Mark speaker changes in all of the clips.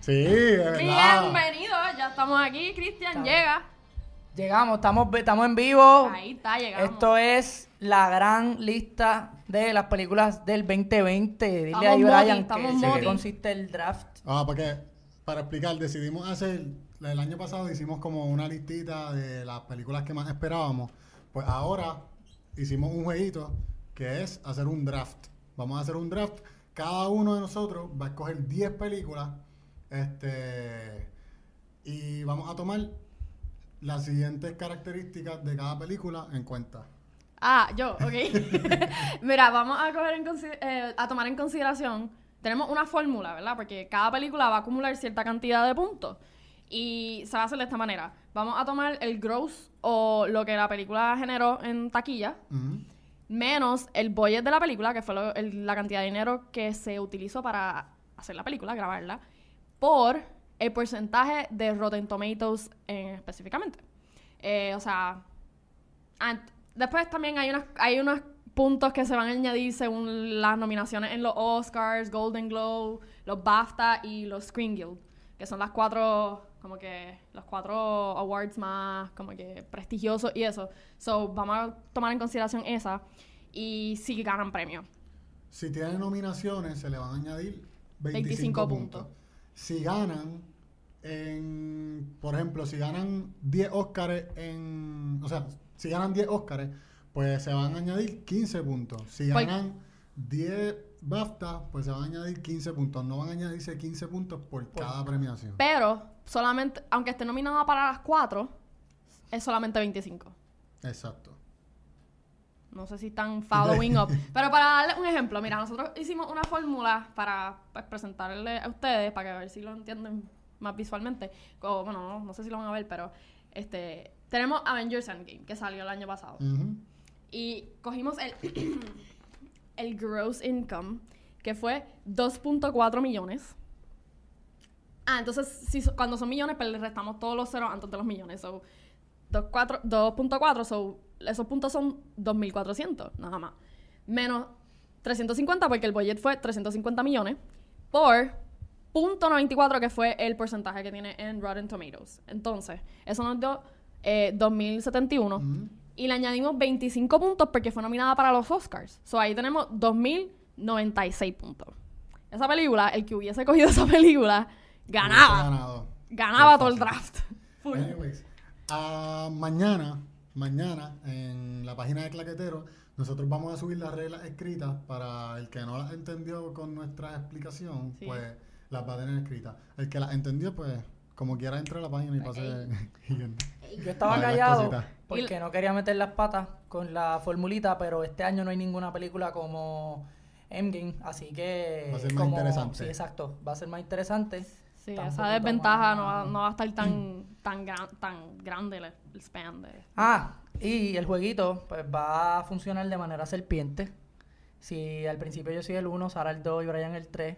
Speaker 1: Sí,
Speaker 2: Bienvenidos, ya estamos aquí, Cristian
Speaker 3: Estamos.
Speaker 2: llega.
Speaker 3: Llegamos, estamos, estamos en vivo.
Speaker 2: Ahí está, llegamos.
Speaker 3: Esto es la gran lista de las películas del 2020. Dile
Speaker 2: Estamos
Speaker 3: ahí,
Speaker 2: moti,
Speaker 3: Brian, que-
Speaker 2: estamos
Speaker 3: en qué
Speaker 1: moti.
Speaker 3: consiste el draft.
Speaker 1: Ah, porque para explicar, decidimos hacer, el año pasado hicimos como una listita de las películas que más esperábamos. Pues ahora hicimos un jueguito que es hacer un draft. Vamos a hacer un draft. Cada uno de nosotros va a escoger 10 películas. Este. Y vamos a tomar las siguientes características de cada película en cuenta.
Speaker 2: Ah, yo, ok. Mira, vamos a, coger en consi- eh, a tomar en consideración, tenemos una fórmula, ¿verdad? Porque cada película va a acumular cierta cantidad de puntos. Y se va a hacer de esta manera. Vamos a tomar el gross o lo que la película generó en taquilla,
Speaker 1: Ujú.
Speaker 2: menos el budget de la película, que fue lo- el- la cantidad de dinero que se utilizó para hacer la película, grabarla, por el porcentaje de Rotten Tomatoes eh, específicamente. Eh, o sea, ant- después también hay unas hay unos puntos que se van a añadir según las nominaciones en los Oscars, Golden Globe, los BAFTA y los Screen Guild, que son las cuatro como que los cuatro awards más como que prestigiosos y eso. So, vamos a tomar en consideración esa y si ganan premio.
Speaker 1: Si tienen nominaciones, se le van a añadir 25,
Speaker 2: 25
Speaker 1: puntos.
Speaker 2: puntos.
Speaker 1: Si ganan, en, por ejemplo, si ganan 10 Óscares en... O sea, si ganan 10 Óscares, pues se van a añadir 15 puntos. Si
Speaker 2: Pues-
Speaker 1: ganan 10 BAFTA, pues se van a añadir 15 puntos. No van a añadirse 15 puntos por cada premiación.
Speaker 2: Pero solamente aunque esté nominada para las cuatro es solamente 25.
Speaker 1: Exacto.
Speaker 2: No sé si están following up. Pero para darles un ejemplo, mira, nosotros hicimos una fórmula para pues, presentarle a ustedes, para que a ver si lo entienden más visualmente. O, bueno, no, no sé si lo van a ver, pero este tenemos Avengers Endgame, que salió el año pasado.
Speaker 1: Ujú.
Speaker 2: Y cogimos el, el gross income, que fue 2.4 millones. Ah, entonces, si, so- cuando son millones, pues le restamos todos los ceros antes de los millones. So, 2.4, 2.4, so, esos puntos son 2.400, nada más. Menos 350, porque el budget fue 350 millones, por .94, que fue el porcentaje que tiene en Rotten Tomatoes. Entonces, eso nos dio eh, 2.071.
Speaker 1: Ujú.
Speaker 2: Y le añadimos 25 puntos porque fue nominada para los Oscars. So ahí tenemos 2096 puntos. Esa película, el que hubiese cogido esa película,
Speaker 1: Hubiese
Speaker 2: ganaba.
Speaker 1: Ganado.
Speaker 2: Ganaba todo el draft. Full.
Speaker 3: Eh,
Speaker 1: Anyways, ah, mañana, mañana, en la página de Claquetero, nosotros vamos a subir las reglas escritas para el que no las entendió con nuestra explicación,
Speaker 2: Sí.
Speaker 1: pues las va a tener escritas. El que las entendió, pues, como quiera, entra a la página y pase.
Speaker 3: Yo estaba
Speaker 1: Ay, las
Speaker 3: callado
Speaker 1: cositas.
Speaker 3: porque no quería meter las patas con la formulita, pero este año no hay ninguna película como Endgame, así que...
Speaker 1: Va a ser más
Speaker 3: como-
Speaker 1: interesante.
Speaker 3: Sí, exacto. Va a ser más interesante.
Speaker 2: Sí,
Speaker 3: Tampoco
Speaker 2: esa desventaja
Speaker 3: toma-
Speaker 2: no va, no va a estar tan, tan, gran- tan grande el, el span de...
Speaker 3: Ah, y el jueguito pues va a funcionar de manera serpiente. Si al principio yo soy el 1, Sara el 2 y Brian el 3.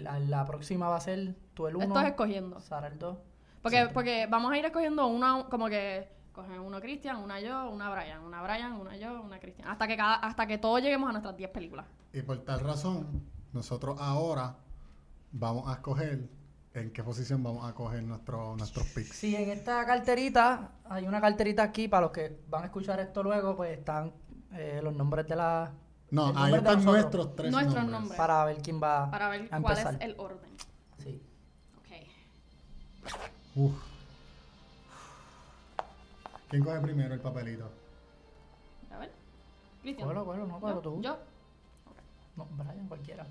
Speaker 3: La, la próxima va a ser tú el 1.
Speaker 2: Esto es escogiendo.
Speaker 3: Sara el 2.
Speaker 2: Porque, porque vamos a ir escogiendo una, como que cogen uno Cristian, una yo, una Brian, una Brian, una yo, una Cristian. Hasta que cada, hasta que todos lleguemos a nuestras 10 películas.
Speaker 1: Y por tal razón, nosotros ahora vamos a escoger en qué posición vamos a coger nuestro, nuestros picks.
Speaker 3: Sí, en esta carterita, hay una carterita aquí para los que van a escuchar esto luego, pues están eh, los nombres de la...
Speaker 1: No,
Speaker 3: el
Speaker 1: ahí
Speaker 3: nombre de
Speaker 1: están
Speaker 3: nosotros,
Speaker 1: nuestros tres
Speaker 2: Nuestros
Speaker 1: nombres.
Speaker 2: nombres.
Speaker 3: Para ver quién va
Speaker 2: Para ver
Speaker 3: a
Speaker 2: cuál
Speaker 3: empezar.
Speaker 2: es el orden.
Speaker 3: Sí.
Speaker 2: Ok.
Speaker 1: Uf. ¿Quién coge primero el papelito?
Speaker 2: A ver. Cristian.
Speaker 3: Cógelo, cógelo, no, cógelo
Speaker 2: ¿Yo?
Speaker 3: tú.
Speaker 2: Yo.
Speaker 3: No, Brian, cualquiera.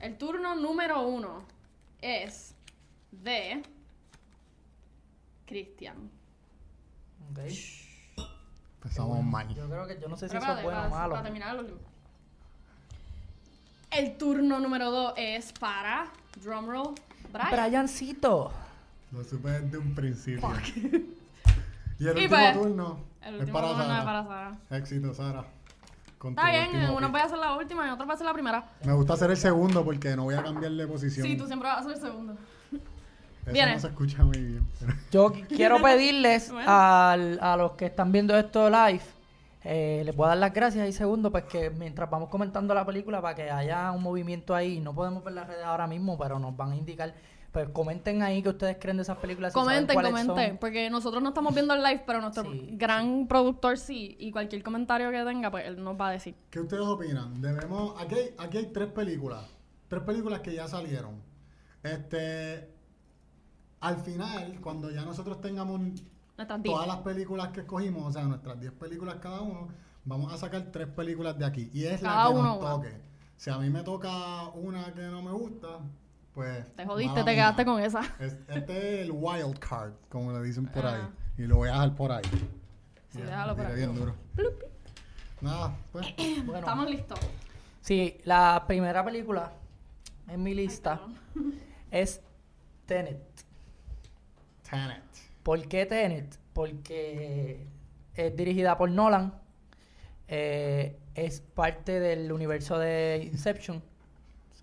Speaker 2: El turno número uno es de Cristian.
Speaker 3: Ok.
Speaker 1: Empezamos mal.
Speaker 3: Yo creo que yo no sé si
Speaker 2: Pero
Speaker 3: eso es
Speaker 2: espérate,
Speaker 3: bueno o
Speaker 2: para-
Speaker 3: malo.
Speaker 2: para terminar el último. El turno número dos es para Drumroll Brian.
Speaker 3: Briancito.
Speaker 1: Lo supe desde un principio. Y el
Speaker 2: Y
Speaker 1: último
Speaker 2: pues,
Speaker 1: turno
Speaker 2: El
Speaker 1: es
Speaker 2: último
Speaker 1: para
Speaker 2: turno
Speaker 1: Sara.
Speaker 2: es para Sara.
Speaker 1: Éxito, Sara. Con
Speaker 2: Está
Speaker 1: tu
Speaker 2: bien,
Speaker 1: último
Speaker 2: en una
Speaker 1: pick.
Speaker 2: voy a hacer la última y en otra voy a hacer la primera.
Speaker 1: Me gusta hacer el segundo porque no voy a cambiarle posición.
Speaker 2: Sí, tú siempre vas a hacer el segundo.
Speaker 1: Eso
Speaker 2: Viene.
Speaker 1: no se escucha muy bien. pero-
Speaker 3: Yo qu- quiero pedirles
Speaker 2: Bueno.
Speaker 3: al- a los que están viendo esto live Eh, les voy a dar las gracias y segundo, pues que mientras vamos comentando la película para que haya un movimiento ahí, no podemos ver las redes ahora mismo, pero nos van a indicar, pues comenten ahí que ustedes creen de esas películas. si saben
Speaker 2: Comenten,
Speaker 3: cuáles
Speaker 2: comenten,
Speaker 3: son.
Speaker 2: porque nosotros no estamos viendo el live, pero nuestro
Speaker 3: Sí,
Speaker 2: gran productor sí, y cualquier comentario que tenga, pues él nos va a decir.
Speaker 1: ¿Qué ustedes opinan? Debemos. Aquí hay, aquí hay tres películas. Tres películas que ya salieron. Este. Al final, cuando ya nosotros tengamos
Speaker 2: Nuestras
Speaker 1: todas
Speaker 2: diez.
Speaker 1: las películas que escogimos, o sea, nuestras 10 películas cada uno, vamos a sacar tres películas de aquí. Y es
Speaker 2: Cada
Speaker 1: la que
Speaker 2: uno
Speaker 1: nos
Speaker 2: una.
Speaker 1: toque. Si a mí me toca una que no me gusta, pues.
Speaker 2: Te jodiste,
Speaker 1: mala
Speaker 2: te
Speaker 1: mía.
Speaker 2: quedaste con esa.
Speaker 1: Es- este es el wild card, como le dicen por ahí.
Speaker 2: Ah.
Speaker 1: Y lo voy a dejar por ahí.
Speaker 2: Sí,
Speaker 1: Mira,
Speaker 2: déjalo por
Speaker 1: tiré
Speaker 2: ahí.
Speaker 1: bien duro. Nada, pues.
Speaker 3: Bueno,
Speaker 2: Estamos listos.
Speaker 3: Sí, la primera película en mi lista
Speaker 2: perdón.
Speaker 3: es Tenet.
Speaker 1: Tenet.
Speaker 3: ¿Por qué Tenet? Porque es dirigida por Nolan, eh, es parte del universo de Inception,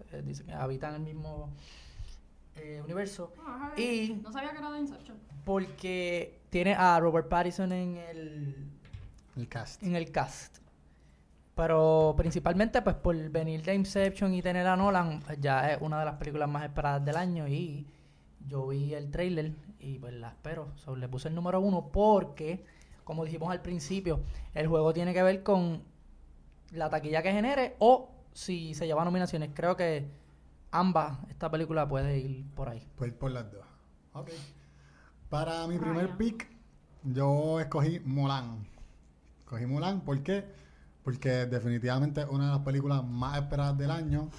Speaker 3: se dice que habitan el mismo eh, universo, Y-
Speaker 2: No sabía que era de Inception.
Speaker 3: porque tiene a Robert Pattinson en el,
Speaker 1: El cast.
Speaker 3: en el cast. Pero principalmente pues por venir de Inception y tener a Nolan, pues, ya es una de las películas más esperadas del año y yo vi el trailer y pues la espero. So, le puse el número uno porque, como dijimos al principio, el juego tiene que ver con la taquilla que genere o si se lleva nominaciones. Creo que ambas, esta película puede ir por ahí.
Speaker 1: Pues por las dos. Ok. Para mi
Speaker 2: Ah,
Speaker 1: primer
Speaker 2: ya.
Speaker 1: pick, yo escogí Mulan. Escogí Mulan, ¿por qué? Porque definitivamente es una de las películas más esperadas del año.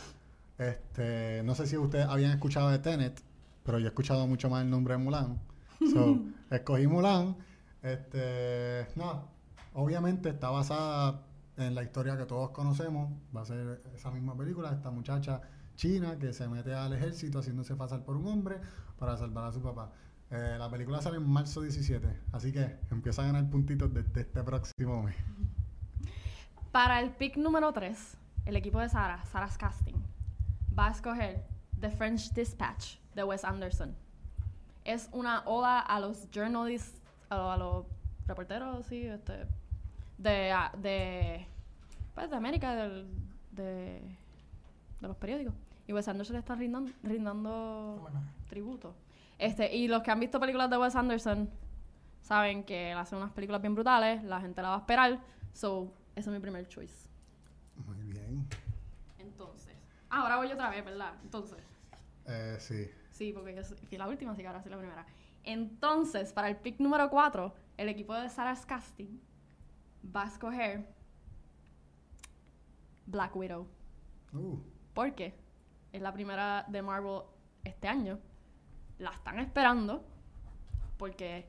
Speaker 1: Este, no sé si ustedes habían escuchado de Tenet, pero yo he escuchado mucho más el nombre de Mulan. So, escogí Mulan. Este, no, obviamente está basada en la historia que todos conocemos. Va a ser esa misma película, esta muchacha china que se mete al ejército haciéndose pasar por un hombre para salvar a su papá. Eh, la película sale en marzo 17, así que empieza a ganar puntitos desde este próximo mes.
Speaker 2: Para el pick número 3, el equipo de Sara, Sara's Casting, va a escoger The French Dispatch de Wes Anderson. Es una oda a los journalists, a, lo- a los reporteros, sí, este, de, a- de, pues, de América, del- de, de los periódicos. Y Wes Anderson le está rindando, rindando tributo. Este, y los que han visto películas de Wes Anderson saben que él hace unas películas bien brutales, la gente la va a esperar. So, ese es mi primer choice.
Speaker 1: Muy bien.
Speaker 2: Entonces. Ah, ahora voy otra vez, ¿verdad? Entonces.
Speaker 1: Eh, sí.
Speaker 2: Sí, porque yo soy- fui la última, así que ahora soy la primera. Entonces, para el pick número 4, el equipo de Sarah's Casting va a escoger Black Widow.
Speaker 1: Uh,
Speaker 2: Porque es la primera de Marvel este año. La están esperando. Porque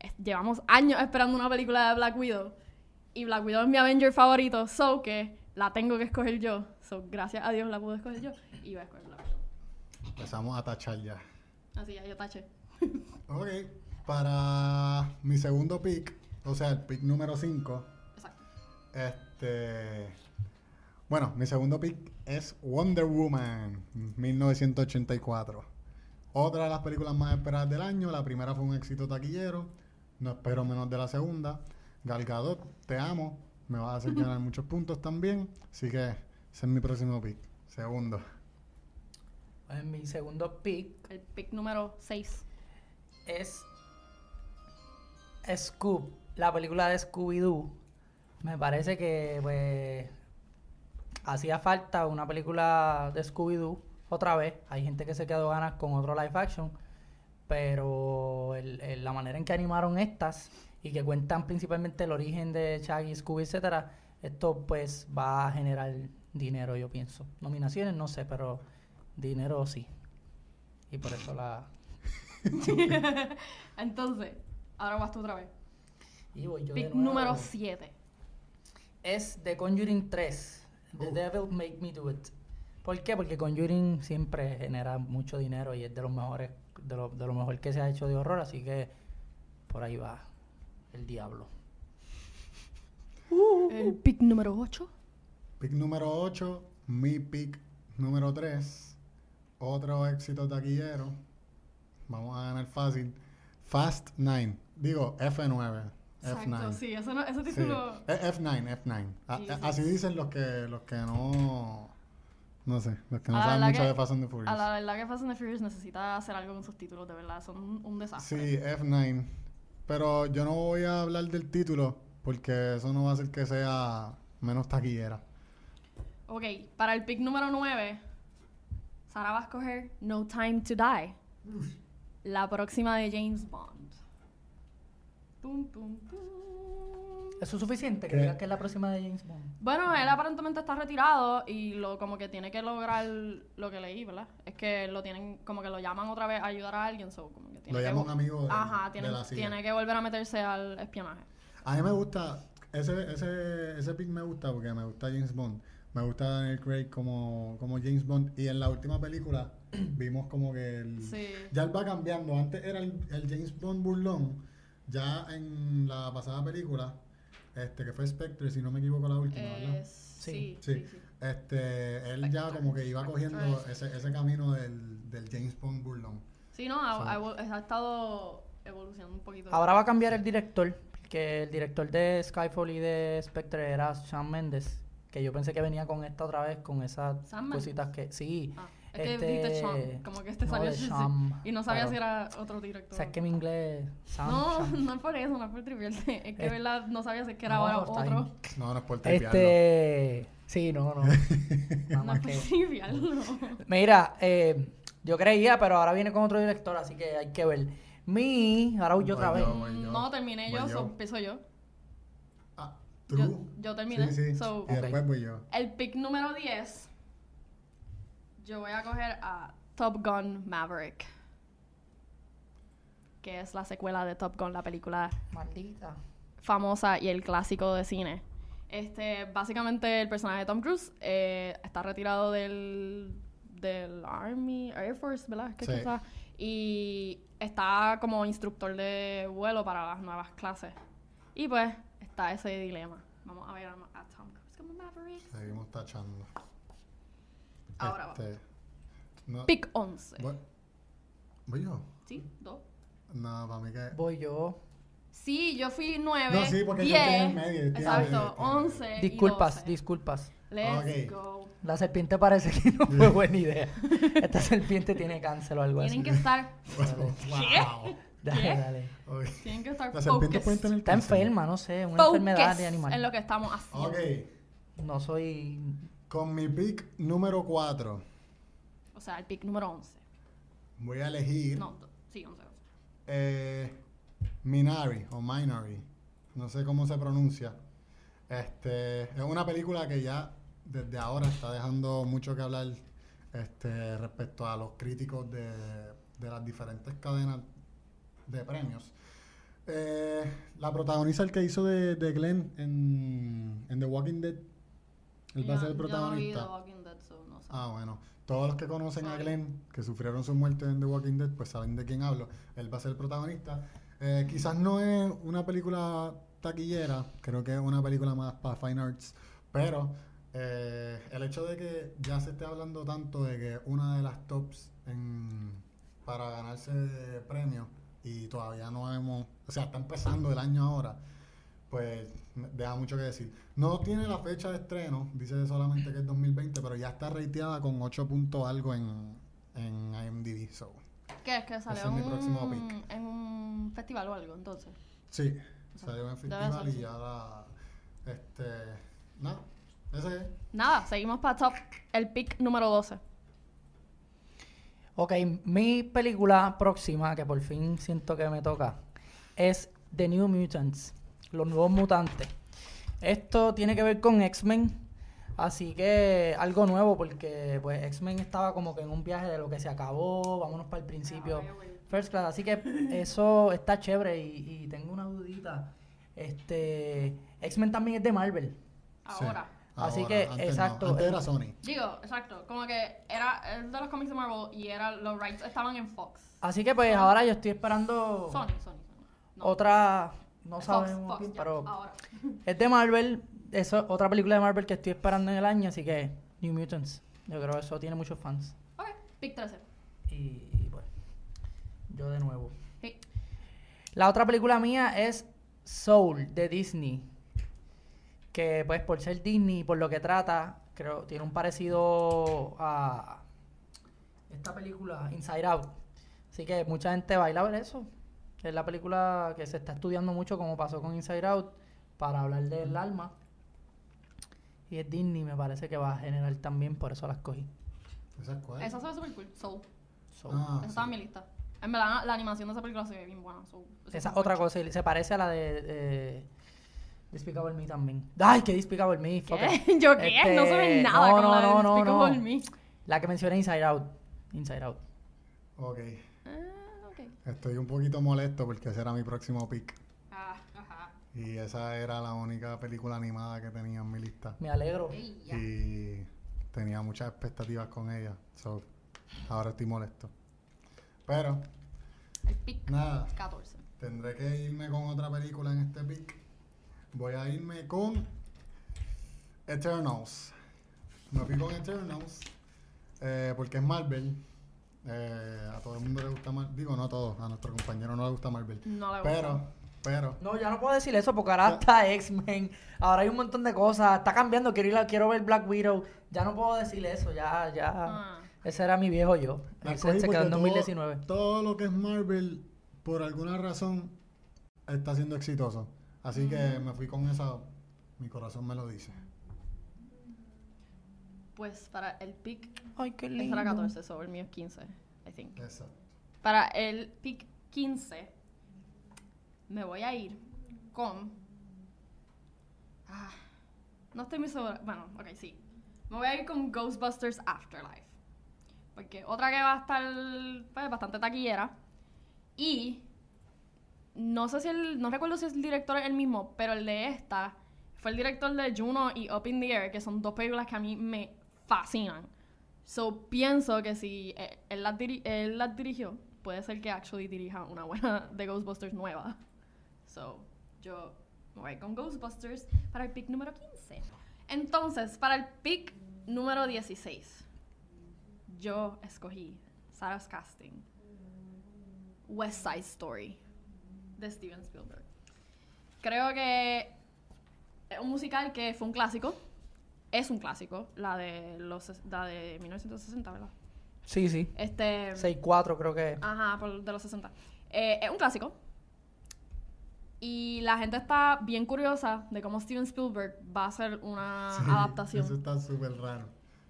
Speaker 2: es- llevamos años esperando una película de Black Widow. Y Black Widow es mi Avenger favorito. So que la tengo que escoger yo. So gracias a Dios la pude escoger yo. Y voy a escoger Black Widow.
Speaker 1: empezamos a tachar ya.
Speaker 2: Así ya yo taché.
Speaker 1: Ok, para mi segundo pick, o sea, el pick número 5,
Speaker 2: Exacto.
Speaker 1: este... Bueno, mi segundo pick es Wonder Woman 1984. Otra de las películas más esperadas del año. La primera fue un éxito taquillero. No espero menos de la segunda. Gal Gadot, te amo. Me vas a hacer ganar muchos puntos también. Así que ese es mi próximo pick. Segundo.
Speaker 3: En mi segundo pick
Speaker 2: El pick número 6.
Speaker 3: es Scoop, la película de Scooby-Doo. Me parece que pues hacía falta una película de Scooby-Doo otra vez. Hay gente que se quedó ganas con otro live action, pero el- el- la manera en que animaron estas y que cuentan principalmente el origen de Shaggy, Scooby, etcétera, esto pues va a generar dinero, yo pienso. Nominaciones no sé, pero dinero sí. Y por eso la
Speaker 2: Entonces, ahora vas tú otra vez.
Speaker 3: Y voy yo de
Speaker 2: Pick
Speaker 3: nuevo.
Speaker 2: número 7.
Speaker 3: Es The Conjuring 3. The
Speaker 1: Uh.
Speaker 3: Devil Make Me Do It. ¿Por qué? Porque Conjuring siempre genera mucho dinero y es de los mejores, de lo, de lo mejor que se ha hecho de horror, así que por ahí va el diablo.
Speaker 2: El pick número 8.
Speaker 1: Pick número 8, mi pick número 3. Otro éxito taquillero. Vamos a ganar fácil. Fast 9. Digo, F9.
Speaker 2: Exacto,
Speaker 1: F9.
Speaker 2: sí, eso no, ese
Speaker 1: Sí,
Speaker 2: título.
Speaker 1: eh, F9, F9. A-
Speaker 2: Sí,
Speaker 1: a-
Speaker 2: sí.
Speaker 1: Así dicen los que, los que no. No sé, los que no
Speaker 2: A la
Speaker 1: saben
Speaker 2: verdad
Speaker 1: mucho
Speaker 2: que-
Speaker 1: de Fast and the Furious.
Speaker 2: A la verdad que Fast and the Furious necesita hacer algo con sus títulos, de verdad, son un- un desastre.
Speaker 1: Sí, F9. Pero yo no voy a hablar del título porque eso no va a hacer que sea menos taquillera.
Speaker 2: Ok, para el pick número 9, Sara va a escoger No Time to Die. La próxima de James Bond. Tum, tum, tum.
Speaker 3: ¿Eso es suficiente? Que
Speaker 1: ¿Qué?
Speaker 3: digas que es la próxima de James Bond.
Speaker 2: Bueno, él aparentemente está retirado y lo como que tiene que lograr lo que leí, ¿verdad? Es que lo tienen, como que lo llaman otra vez a ayudar a alguien, so como que tiene
Speaker 1: Lo
Speaker 2: que
Speaker 1: llama
Speaker 2: vol-
Speaker 1: un amigo del-
Speaker 2: Ajá,
Speaker 1: de
Speaker 2: tiene,
Speaker 1: la CIA.
Speaker 2: tiene que volver a meterse al espionaje.
Speaker 1: A mí me gusta, ese, ese, ese pick me gusta porque me gusta James Bond. Me gusta Daniel Craig como, como James Bond. Y en la última película vimos como que el,
Speaker 2: Sí.
Speaker 1: ya él va cambiando. Antes era el, el James Bond burlón. Ya en la pasada película, este que fue Spectre, si no me equivoco, la última,
Speaker 2: Eh,
Speaker 1: ¿verdad? Sí.
Speaker 2: sí, sí, sí.
Speaker 1: Este, él ya como que iba cogiendo ese, ese camino del, del James Bond burlón.
Speaker 2: Sí, no, ha,
Speaker 1: So-
Speaker 2: ha evol- ha estado evolucionando un poquito.
Speaker 3: Ahora va a cambiar el director, que el director de Skyfall y de Spectre era Sean Mendes, que yo pensé que venía con esta otra vez, con esas
Speaker 2: ¿Sam Mendes?
Speaker 3: cositas que... Sí.
Speaker 2: Ah, es que
Speaker 3: este,
Speaker 2: dijiste Sean, como que este
Speaker 3: no,
Speaker 2: salió
Speaker 3: de
Speaker 2: así,
Speaker 3: Sean,
Speaker 2: Y no sabía
Speaker 3: pero-
Speaker 2: si era otro
Speaker 3: O
Speaker 2: director.
Speaker 3: sea, es que mi inglés... Sam,
Speaker 2: no,
Speaker 3: Sean.
Speaker 2: no es por eso, no es por triviarte. Es que,
Speaker 3: Es-
Speaker 2: ¿verdad? No sabía si es que era
Speaker 3: No,
Speaker 2: ahora
Speaker 3: está bien.
Speaker 2: otro.
Speaker 1: No, no es por tripearlo.
Speaker 3: Este... Sí, no, no. Nada
Speaker 2: No es
Speaker 3: más
Speaker 2: por
Speaker 3: que...
Speaker 2: triviarlo.
Speaker 3: Mira, eh, yo creía, pero ahora viene con otro director, así que hay que ver. Mi... Ahora voy yo otra
Speaker 1: Voy
Speaker 3: vez.
Speaker 1: yo. voy
Speaker 2: No, terminé yo,
Speaker 1: voy
Speaker 2: so
Speaker 1: yo.
Speaker 2: empiezo yo.
Speaker 1: Ah, ¿tú?
Speaker 2: Yo, yo terminé.
Speaker 1: Sí, sí.
Speaker 2: So,
Speaker 1: y después voy yo.
Speaker 2: el pick número 10, yo voy a coger a Top Gun Maverick. Que es la secuela de Top Gun, la película
Speaker 3: Maldita.
Speaker 2: famosa y el clásico de cine. Este, básicamente el personaje de Tom Cruise eh, está retirado del, del Army, Air Force, ¿verdad? Es que
Speaker 1: Sí.
Speaker 2: está- Y está como instructor de vuelo para las nuevas clases. Y pues está ese dilema. Vamos a ver a, a Tom Cruise como Maverick.
Speaker 1: Seguimos tachando.
Speaker 2: Ahora va.
Speaker 1: Este, no,
Speaker 2: Pick 11.
Speaker 1: voy, voy yo?
Speaker 2: ¿Sí? ¿Dos?
Speaker 1: No, para mí que...
Speaker 3: Voy yo.
Speaker 2: Sí, yo fui 9.
Speaker 1: No, sí, porque yo estoy en medio, estoy en medio,
Speaker 2: Exacto,
Speaker 1: estoy en medio.
Speaker 2: 11. Eh,
Speaker 3: Disculpas,
Speaker 2: y 12.
Speaker 3: disculpas.
Speaker 2: Let's
Speaker 1: Ok.
Speaker 2: go.
Speaker 3: La serpiente parece que no fue buena idea. Esta serpiente tiene cáncer o algo así.
Speaker 2: Tienen que estar
Speaker 1: wow.
Speaker 3: Dale,
Speaker 2: ¿Qué?
Speaker 3: dale.
Speaker 1: Ok.
Speaker 2: Tienen que estar
Speaker 1: Las serpientes pueden
Speaker 2: focused.
Speaker 1: tener
Speaker 3: Está
Speaker 1: cáncer.
Speaker 3: enferma, no sé, una
Speaker 2: Focus
Speaker 3: enfermedad de animal.
Speaker 2: en lo que estamos haciendo.
Speaker 1: Ok.
Speaker 3: No soy.
Speaker 1: Con mi pick número 4
Speaker 2: O sea, el pick número 11.
Speaker 1: voy a elegir
Speaker 2: No, do- sí, 11. 11.
Speaker 1: eh, Minari o Minari. No sé cómo se pronuncia. Este, es una película que ya desde ahora está dejando mucho que hablar este, respecto a los críticos de, de las diferentes cadenas de premios. Eh, la protagonista el que hizo de, de Glenn en, en The Walking Dead. Él va a
Speaker 2: Yo-
Speaker 1: ser el protagonista.
Speaker 2: Yo no vi The Walking Dead, so no sé.
Speaker 1: Ah, bueno. Todos los que conocen a
Speaker 2: Sorry.
Speaker 1: Glenn, que sufrieron su muerte en The Walking Dead, pues saben de quién hablo. Él va a ser el protagonista. Eh, quizás no es una película taquillera, creo que es una película más para Fine Arts, pero eh, el hecho de que ya se esté hablando tanto de que una de las tops en- para ganarse premios y todavía no hemos, o sea, está empezando el año ahora, pues deja mucho que decir. No tiene la fecha de estreno, dice solamente que es 2020, pero ya está rateada con 8 puntos algo en, en IMDb. So.
Speaker 2: ¿Qué es que salió
Speaker 1: es mi
Speaker 2: en
Speaker 1: próximo
Speaker 2: un-
Speaker 1: pick.
Speaker 2: en un festival o algo, entonces?
Speaker 1: Sí, salió en el
Speaker 2: Debe
Speaker 1: festival
Speaker 2: ser,
Speaker 1: y
Speaker 2: sí.
Speaker 1: ya la. Este. No, ese es.
Speaker 2: Nada, seguimos para top. El pick número 12.
Speaker 3: Ok, mi película próxima, que por fin siento que me toca, es The New Mutants, Los Nuevos Mutantes. Esto tiene que ver con X-Men, así que algo nuevo, porque pues X-Men estaba como que en un viaje de lo que se acabó, vámonos para el principio.
Speaker 2: Ah,
Speaker 3: First Class, así que eso está chévere y, y tengo una dudita. Este, X-Men también es de Marvel.
Speaker 2: Ahora.
Speaker 1: Sí,
Speaker 3: Así
Speaker 1: ahora,
Speaker 3: que,
Speaker 1: antes no,
Speaker 3: exacto,
Speaker 1: antes
Speaker 3: el-
Speaker 1: era Sony.
Speaker 2: Digo, exacto. Como que era es de los cómics de Marvel y era los rights estaban en Fox.
Speaker 3: Así que pues ahora yo estoy
Speaker 1: Oh.
Speaker 3: esperando
Speaker 2: Sony, Sony. Sony. No,
Speaker 3: otra, no
Speaker 2: Fox,
Speaker 3: sabemos,
Speaker 2: Fox, ya, Ah,
Speaker 3: pero
Speaker 2: ahora.
Speaker 3: es de Marvel, eso es otra película de Marvel que estoy esperando en el año, así que New Mutants. Yo creo que eso tiene muchos fans.
Speaker 2: Ok, pick 13.
Speaker 3: Y, y, pues, yo de nuevo.
Speaker 2: Sí.
Speaker 3: La otra película mía es Soul de Disney, que pues por ser Disney y por lo que trata, creo tiene un parecido a esta película Inside Out. Así que mucha gente baila a ver eso. Es la película que se está estudiando mucho como pasó con Inside Out para hablar del alma. Y es Disney, me parece que va a generar también, por eso las cogí.
Speaker 1: ¿Esa es cuál?
Speaker 2: Esa se ve súper cool. Soul.
Speaker 3: Soul.
Speaker 1: Ah,
Speaker 2: Esa estaba en mi lista. En verdad, la animación de esa película se ve bien buena. Soul. Eso
Speaker 3: Esa
Speaker 2: Pues es
Speaker 3: otra cosa, y se parece a la de eh, Despicable Me también. ¡Ay, qué Despicable Me! fuck it.
Speaker 2: ¿Qué? ¿Yo qué? no se ve
Speaker 3: Este,
Speaker 2: nada
Speaker 3: no,
Speaker 2: con la
Speaker 3: no,
Speaker 2: de
Speaker 3: no, no,
Speaker 2: Despicable
Speaker 3: no.
Speaker 2: Me.
Speaker 3: La que mencioné Inside Out. Inside Out.
Speaker 1: Ok.
Speaker 2: Ah, ok.
Speaker 1: Estoy un poquito molesto porque ese era mi próximo pick.
Speaker 2: Ah, ajá.
Speaker 1: Y esa era la única película animada que tenía en mi lista.
Speaker 3: Me alegro.
Speaker 2: Ey, ya.
Speaker 1: Y tenía muchas expectativas con ella. So, ahora estoy molesto. Pero,
Speaker 2: El pic.
Speaker 1: nada.
Speaker 2: 14.
Speaker 1: Tendré que irme con otra película en este pick. Voy a irme con Eternals. Me fui con Eternals eh, porque es Marvel. Eh, a todo el mundo le gusta Marvel. Digo, no a todos. A nuestro compañero no le gusta Marvel.
Speaker 2: No le gusta.
Speaker 1: Pero, pero.
Speaker 3: No, ya no puedo decir eso porque ahora está X-Men. Ahora hay un montón de cosas. Está cambiando. Quiero, ir a- quiero ver Black Widow. Ya no puedo decir eso. Ya, ya.
Speaker 2: Ah.
Speaker 3: Ese era mi viejo yo.
Speaker 1: la
Speaker 3: Él
Speaker 1: cogí
Speaker 3: se, se
Speaker 1: porque
Speaker 3: quedó en
Speaker 1: todo-
Speaker 3: 2019.
Speaker 1: Todo, lo que es Marvel, por alguna razón, está siendo exitoso. Así que me fui con esa. Mi corazón me lo dice.
Speaker 2: Pues para el pick
Speaker 3: Ay, qué
Speaker 2: es
Speaker 3: lindo.
Speaker 2: para 14, sobre el mío es 15, I think.
Speaker 1: Exacto.
Speaker 2: Para el pick 15 me voy a ir con Ah, no estoy muy segura. Bueno, ok, sí. Me voy a ir con Ghostbusters Afterlife. Porque otra que va a estar pues, bastante taquillera. Y no sé si el, no recuerdo si el director es el mismo, pero el de esta fue el director de Juno y Up in the Air, que son dos películas que a mí me fascinan. So pienso que si eh, él las, diri- él las dirigió, puede ser que actually dirija una buena de Ghostbusters nueva. So yo me voy con Ghostbusters para el pick número 15. Entonces, para el pick número 16, yo escogí Sarah's Casting, West Side Story, de Steven Spielberg. Creo que es un musical que fue un clásico. Es un clásico, la de los la de 1960, ¿verdad?
Speaker 3: Sí, sí.
Speaker 2: Este
Speaker 3: 6-4 creo que.
Speaker 2: Ajá, por- de los 60. Eh, es un clásico. Y la gente está bien curiosa de cómo Steven Spielberg va a hacer una
Speaker 3: Ah,
Speaker 1: Sí,
Speaker 2: adaptación.
Speaker 1: Eso está súper raro.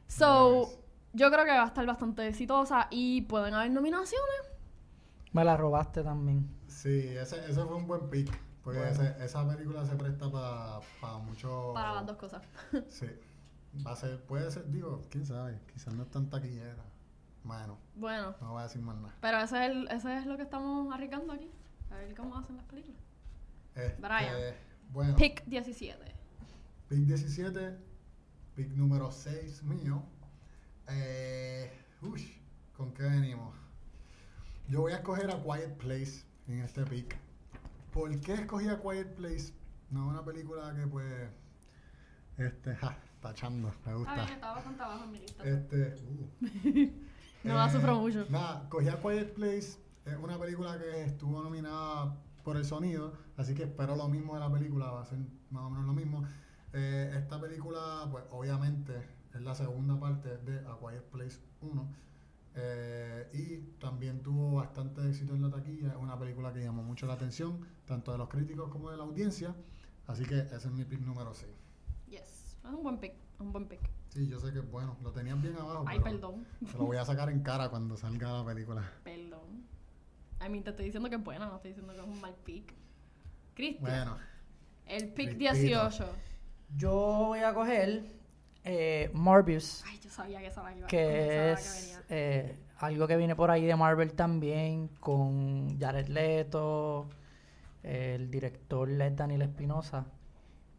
Speaker 2: So,
Speaker 1: Nice.
Speaker 2: yo creo que va a estar bastante exitosa y pueden haber nominaciones.
Speaker 3: Me la robaste también.
Speaker 1: Sí, ese, ese fue un buen pick. Porque
Speaker 3: Bueno.
Speaker 1: ese- esa película se presta para pa mucho.
Speaker 2: Para las dos cosas.
Speaker 1: Sí. Va a ser, puede ser, digo, quién sabe, quizás no es tan taquillera. Bueno,
Speaker 2: Bueno,
Speaker 1: no voy a decir más nada.
Speaker 2: pero ese es, el- ese es lo que estamos arriesgando aquí. A ver cómo hacen las películas.
Speaker 1: Este,
Speaker 2: Brian.
Speaker 1: Bueno, pick.
Speaker 2: Pick 17.
Speaker 1: 17, pick número 6 mío. Eh, uy, ¿con qué venimos? Yo voy a escoger a Quiet Place en este pick. ¿Por qué escogí a Quiet Place? No, una película que pues, este, ja, tachando, me gusta.
Speaker 2: Está bien, estaba bastante abajo en mi lista.
Speaker 1: Este. uh.
Speaker 2: No
Speaker 1: eh,
Speaker 2: la sufro mucho.
Speaker 1: Nada, cogí a Quiet Place. Es una película que estuvo nominada por el sonido. Así que espero lo mismo de la película. Va a ser más o menos lo mismo. Eh, esta película, pues obviamente, es la segunda parte de A Quiet Place 1. eh, y también tuvo bastante éxito en la taquilla. Es una película que llamó mucho la atención, tanto de los críticos como de la audiencia. Así que ese es mi pick número 6.
Speaker 2: Yes. Es un buen pick. Un buen pick.
Speaker 1: Sí, yo sé que es bueno. Lo tenían bien abajo.
Speaker 2: Ay,
Speaker 1: pero-
Speaker 2: perdón.
Speaker 1: se lo voy a sacar en cara cuando salga la película.
Speaker 2: Perdón. A mí te estoy diciendo que es buena, no estoy diciendo que es un mal pick. Cristian,
Speaker 1: Bueno,
Speaker 2: el pick
Speaker 1: Cristito.
Speaker 2: 18.
Speaker 3: Yo voy a coger eh, Morbius.
Speaker 2: Ay, yo sabía que esa la iba
Speaker 3: que
Speaker 2: yo sabía que
Speaker 3: es
Speaker 2: venía.
Speaker 3: eh, algo que viene por ahí de Marvel también, con Jared Leto, el director es Daniel Espinosa,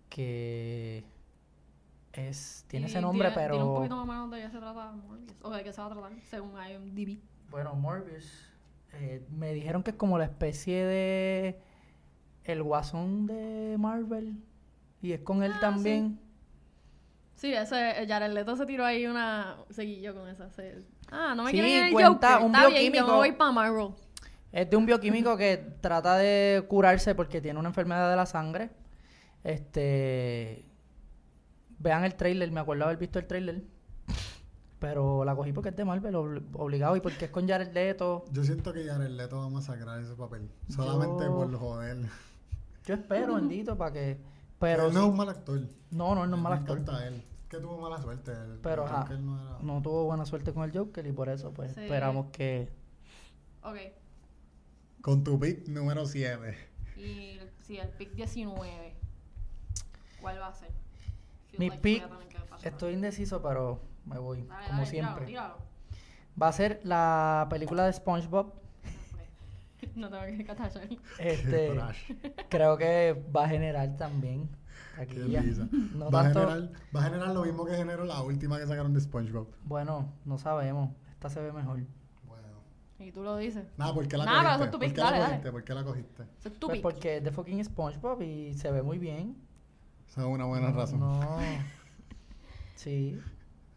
Speaker 3: que es tiene
Speaker 2: Y
Speaker 3: ese nombre,
Speaker 2: dile- dile un
Speaker 3: pero
Speaker 2: poquito más o menos de qué se trata Morbius. O de qué se va a tratar, según IMDb.
Speaker 3: bueno, Morbius, eh, me dijeron que es como la especie de el guasón de Marvel y es con él
Speaker 2: Ah,
Speaker 3: también.
Speaker 2: Sí, ese eh, Jared Leto se tiró ahí una seguillo con esa. se- Ah, no me
Speaker 3: Sí,
Speaker 2: quieren en el
Speaker 3: cuenta
Speaker 2: Joker.
Speaker 3: un
Speaker 2: Está bien, yo
Speaker 3: bioquímico.
Speaker 2: me voy para Marvel.
Speaker 3: Es de un bioquímico que trata de curarse porque tiene una enfermedad de la sangre. Este. Vean el trailer, me acuerdo haber visto el trailer. Pero la cogí porque es de Marvel, ob- obligado, y porque es con Jared Leto.
Speaker 1: Yo siento que Jared Leto va a masacrar ese papel. Solamente
Speaker 3: Yo-
Speaker 1: por joder.
Speaker 3: Yo espero, bendito, para que.
Speaker 1: Pero
Speaker 3: Pero.
Speaker 1: no es un mal actor.
Speaker 3: No, no, él no es mal
Speaker 1: Me
Speaker 3: actor.
Speaker 1: encanta él. Es que tuvo mala suerte. él.
Speaker 3: Pero,
Speaker 1: El
Speaker 3: ajá,
Speaker 1: Joker no era-
Speaker 3: No tuvo buena suerte con el Joker y por eso, pues,
Speaker 2: Sí.
Speaker 3: esperamos que.
Speaker 2: Ok.
Speaker 1: Con tu pick número 7.
Speaker 2: Y si el pick 19, ¿cuál va a ser? Feel
Speaker 3: Mi
Speaker 2: like
Speaker 3: pick-
Speaker 2: voy a tener que pasar.
Speaker 3: Estoy indeciso, pero me voy,
Speaker 2: Dale,
Speaker 3: como
Speaker 2: dale,
Speaker 3: siempre.
Speaker 2: Tíralo,
Speaker 3: Va a ser la película de SpongeBob.
Speaker 2: tíralo. No tengo que cachar.
Speaker 3: Este, creo que va a generar también.
Speaker 1: Qué
Speaker 3: taquilla.
Speaker 1: risa.
Speaker 3: No
Speaker 1: va,
Speaker 3: tanto.
Speaker 1: a generar, va a generar lo mismo que generó la última que sacaron de SpongeBob.
Speaker 3: Bueno, no sabemos. Esta se ve mejor.
Speaker 1: Bueno.
Speaker 2: Y tú lo dices.
Speaker 1: Nada, ¿por qué la
Speaker 2: Nada,
Speaker 1: cogiste?
Speaker 2: pero es tu
Speaker 1: ¿Por
Speaker 2: pick,
Speaker 1: qué la
Speaker 2: dale, dale.
Speaker 1: cogiste? ¿Por qué la cogiste?
Speaker 2: Ese es tu
Speaker 3: Pues
Speaker 2: pick.
Speaker 3: porque es de fucking SpongeBob y se ve muy bien.
Speaker 1: Esa es una buena razón.
Speaker 3: No. Sí.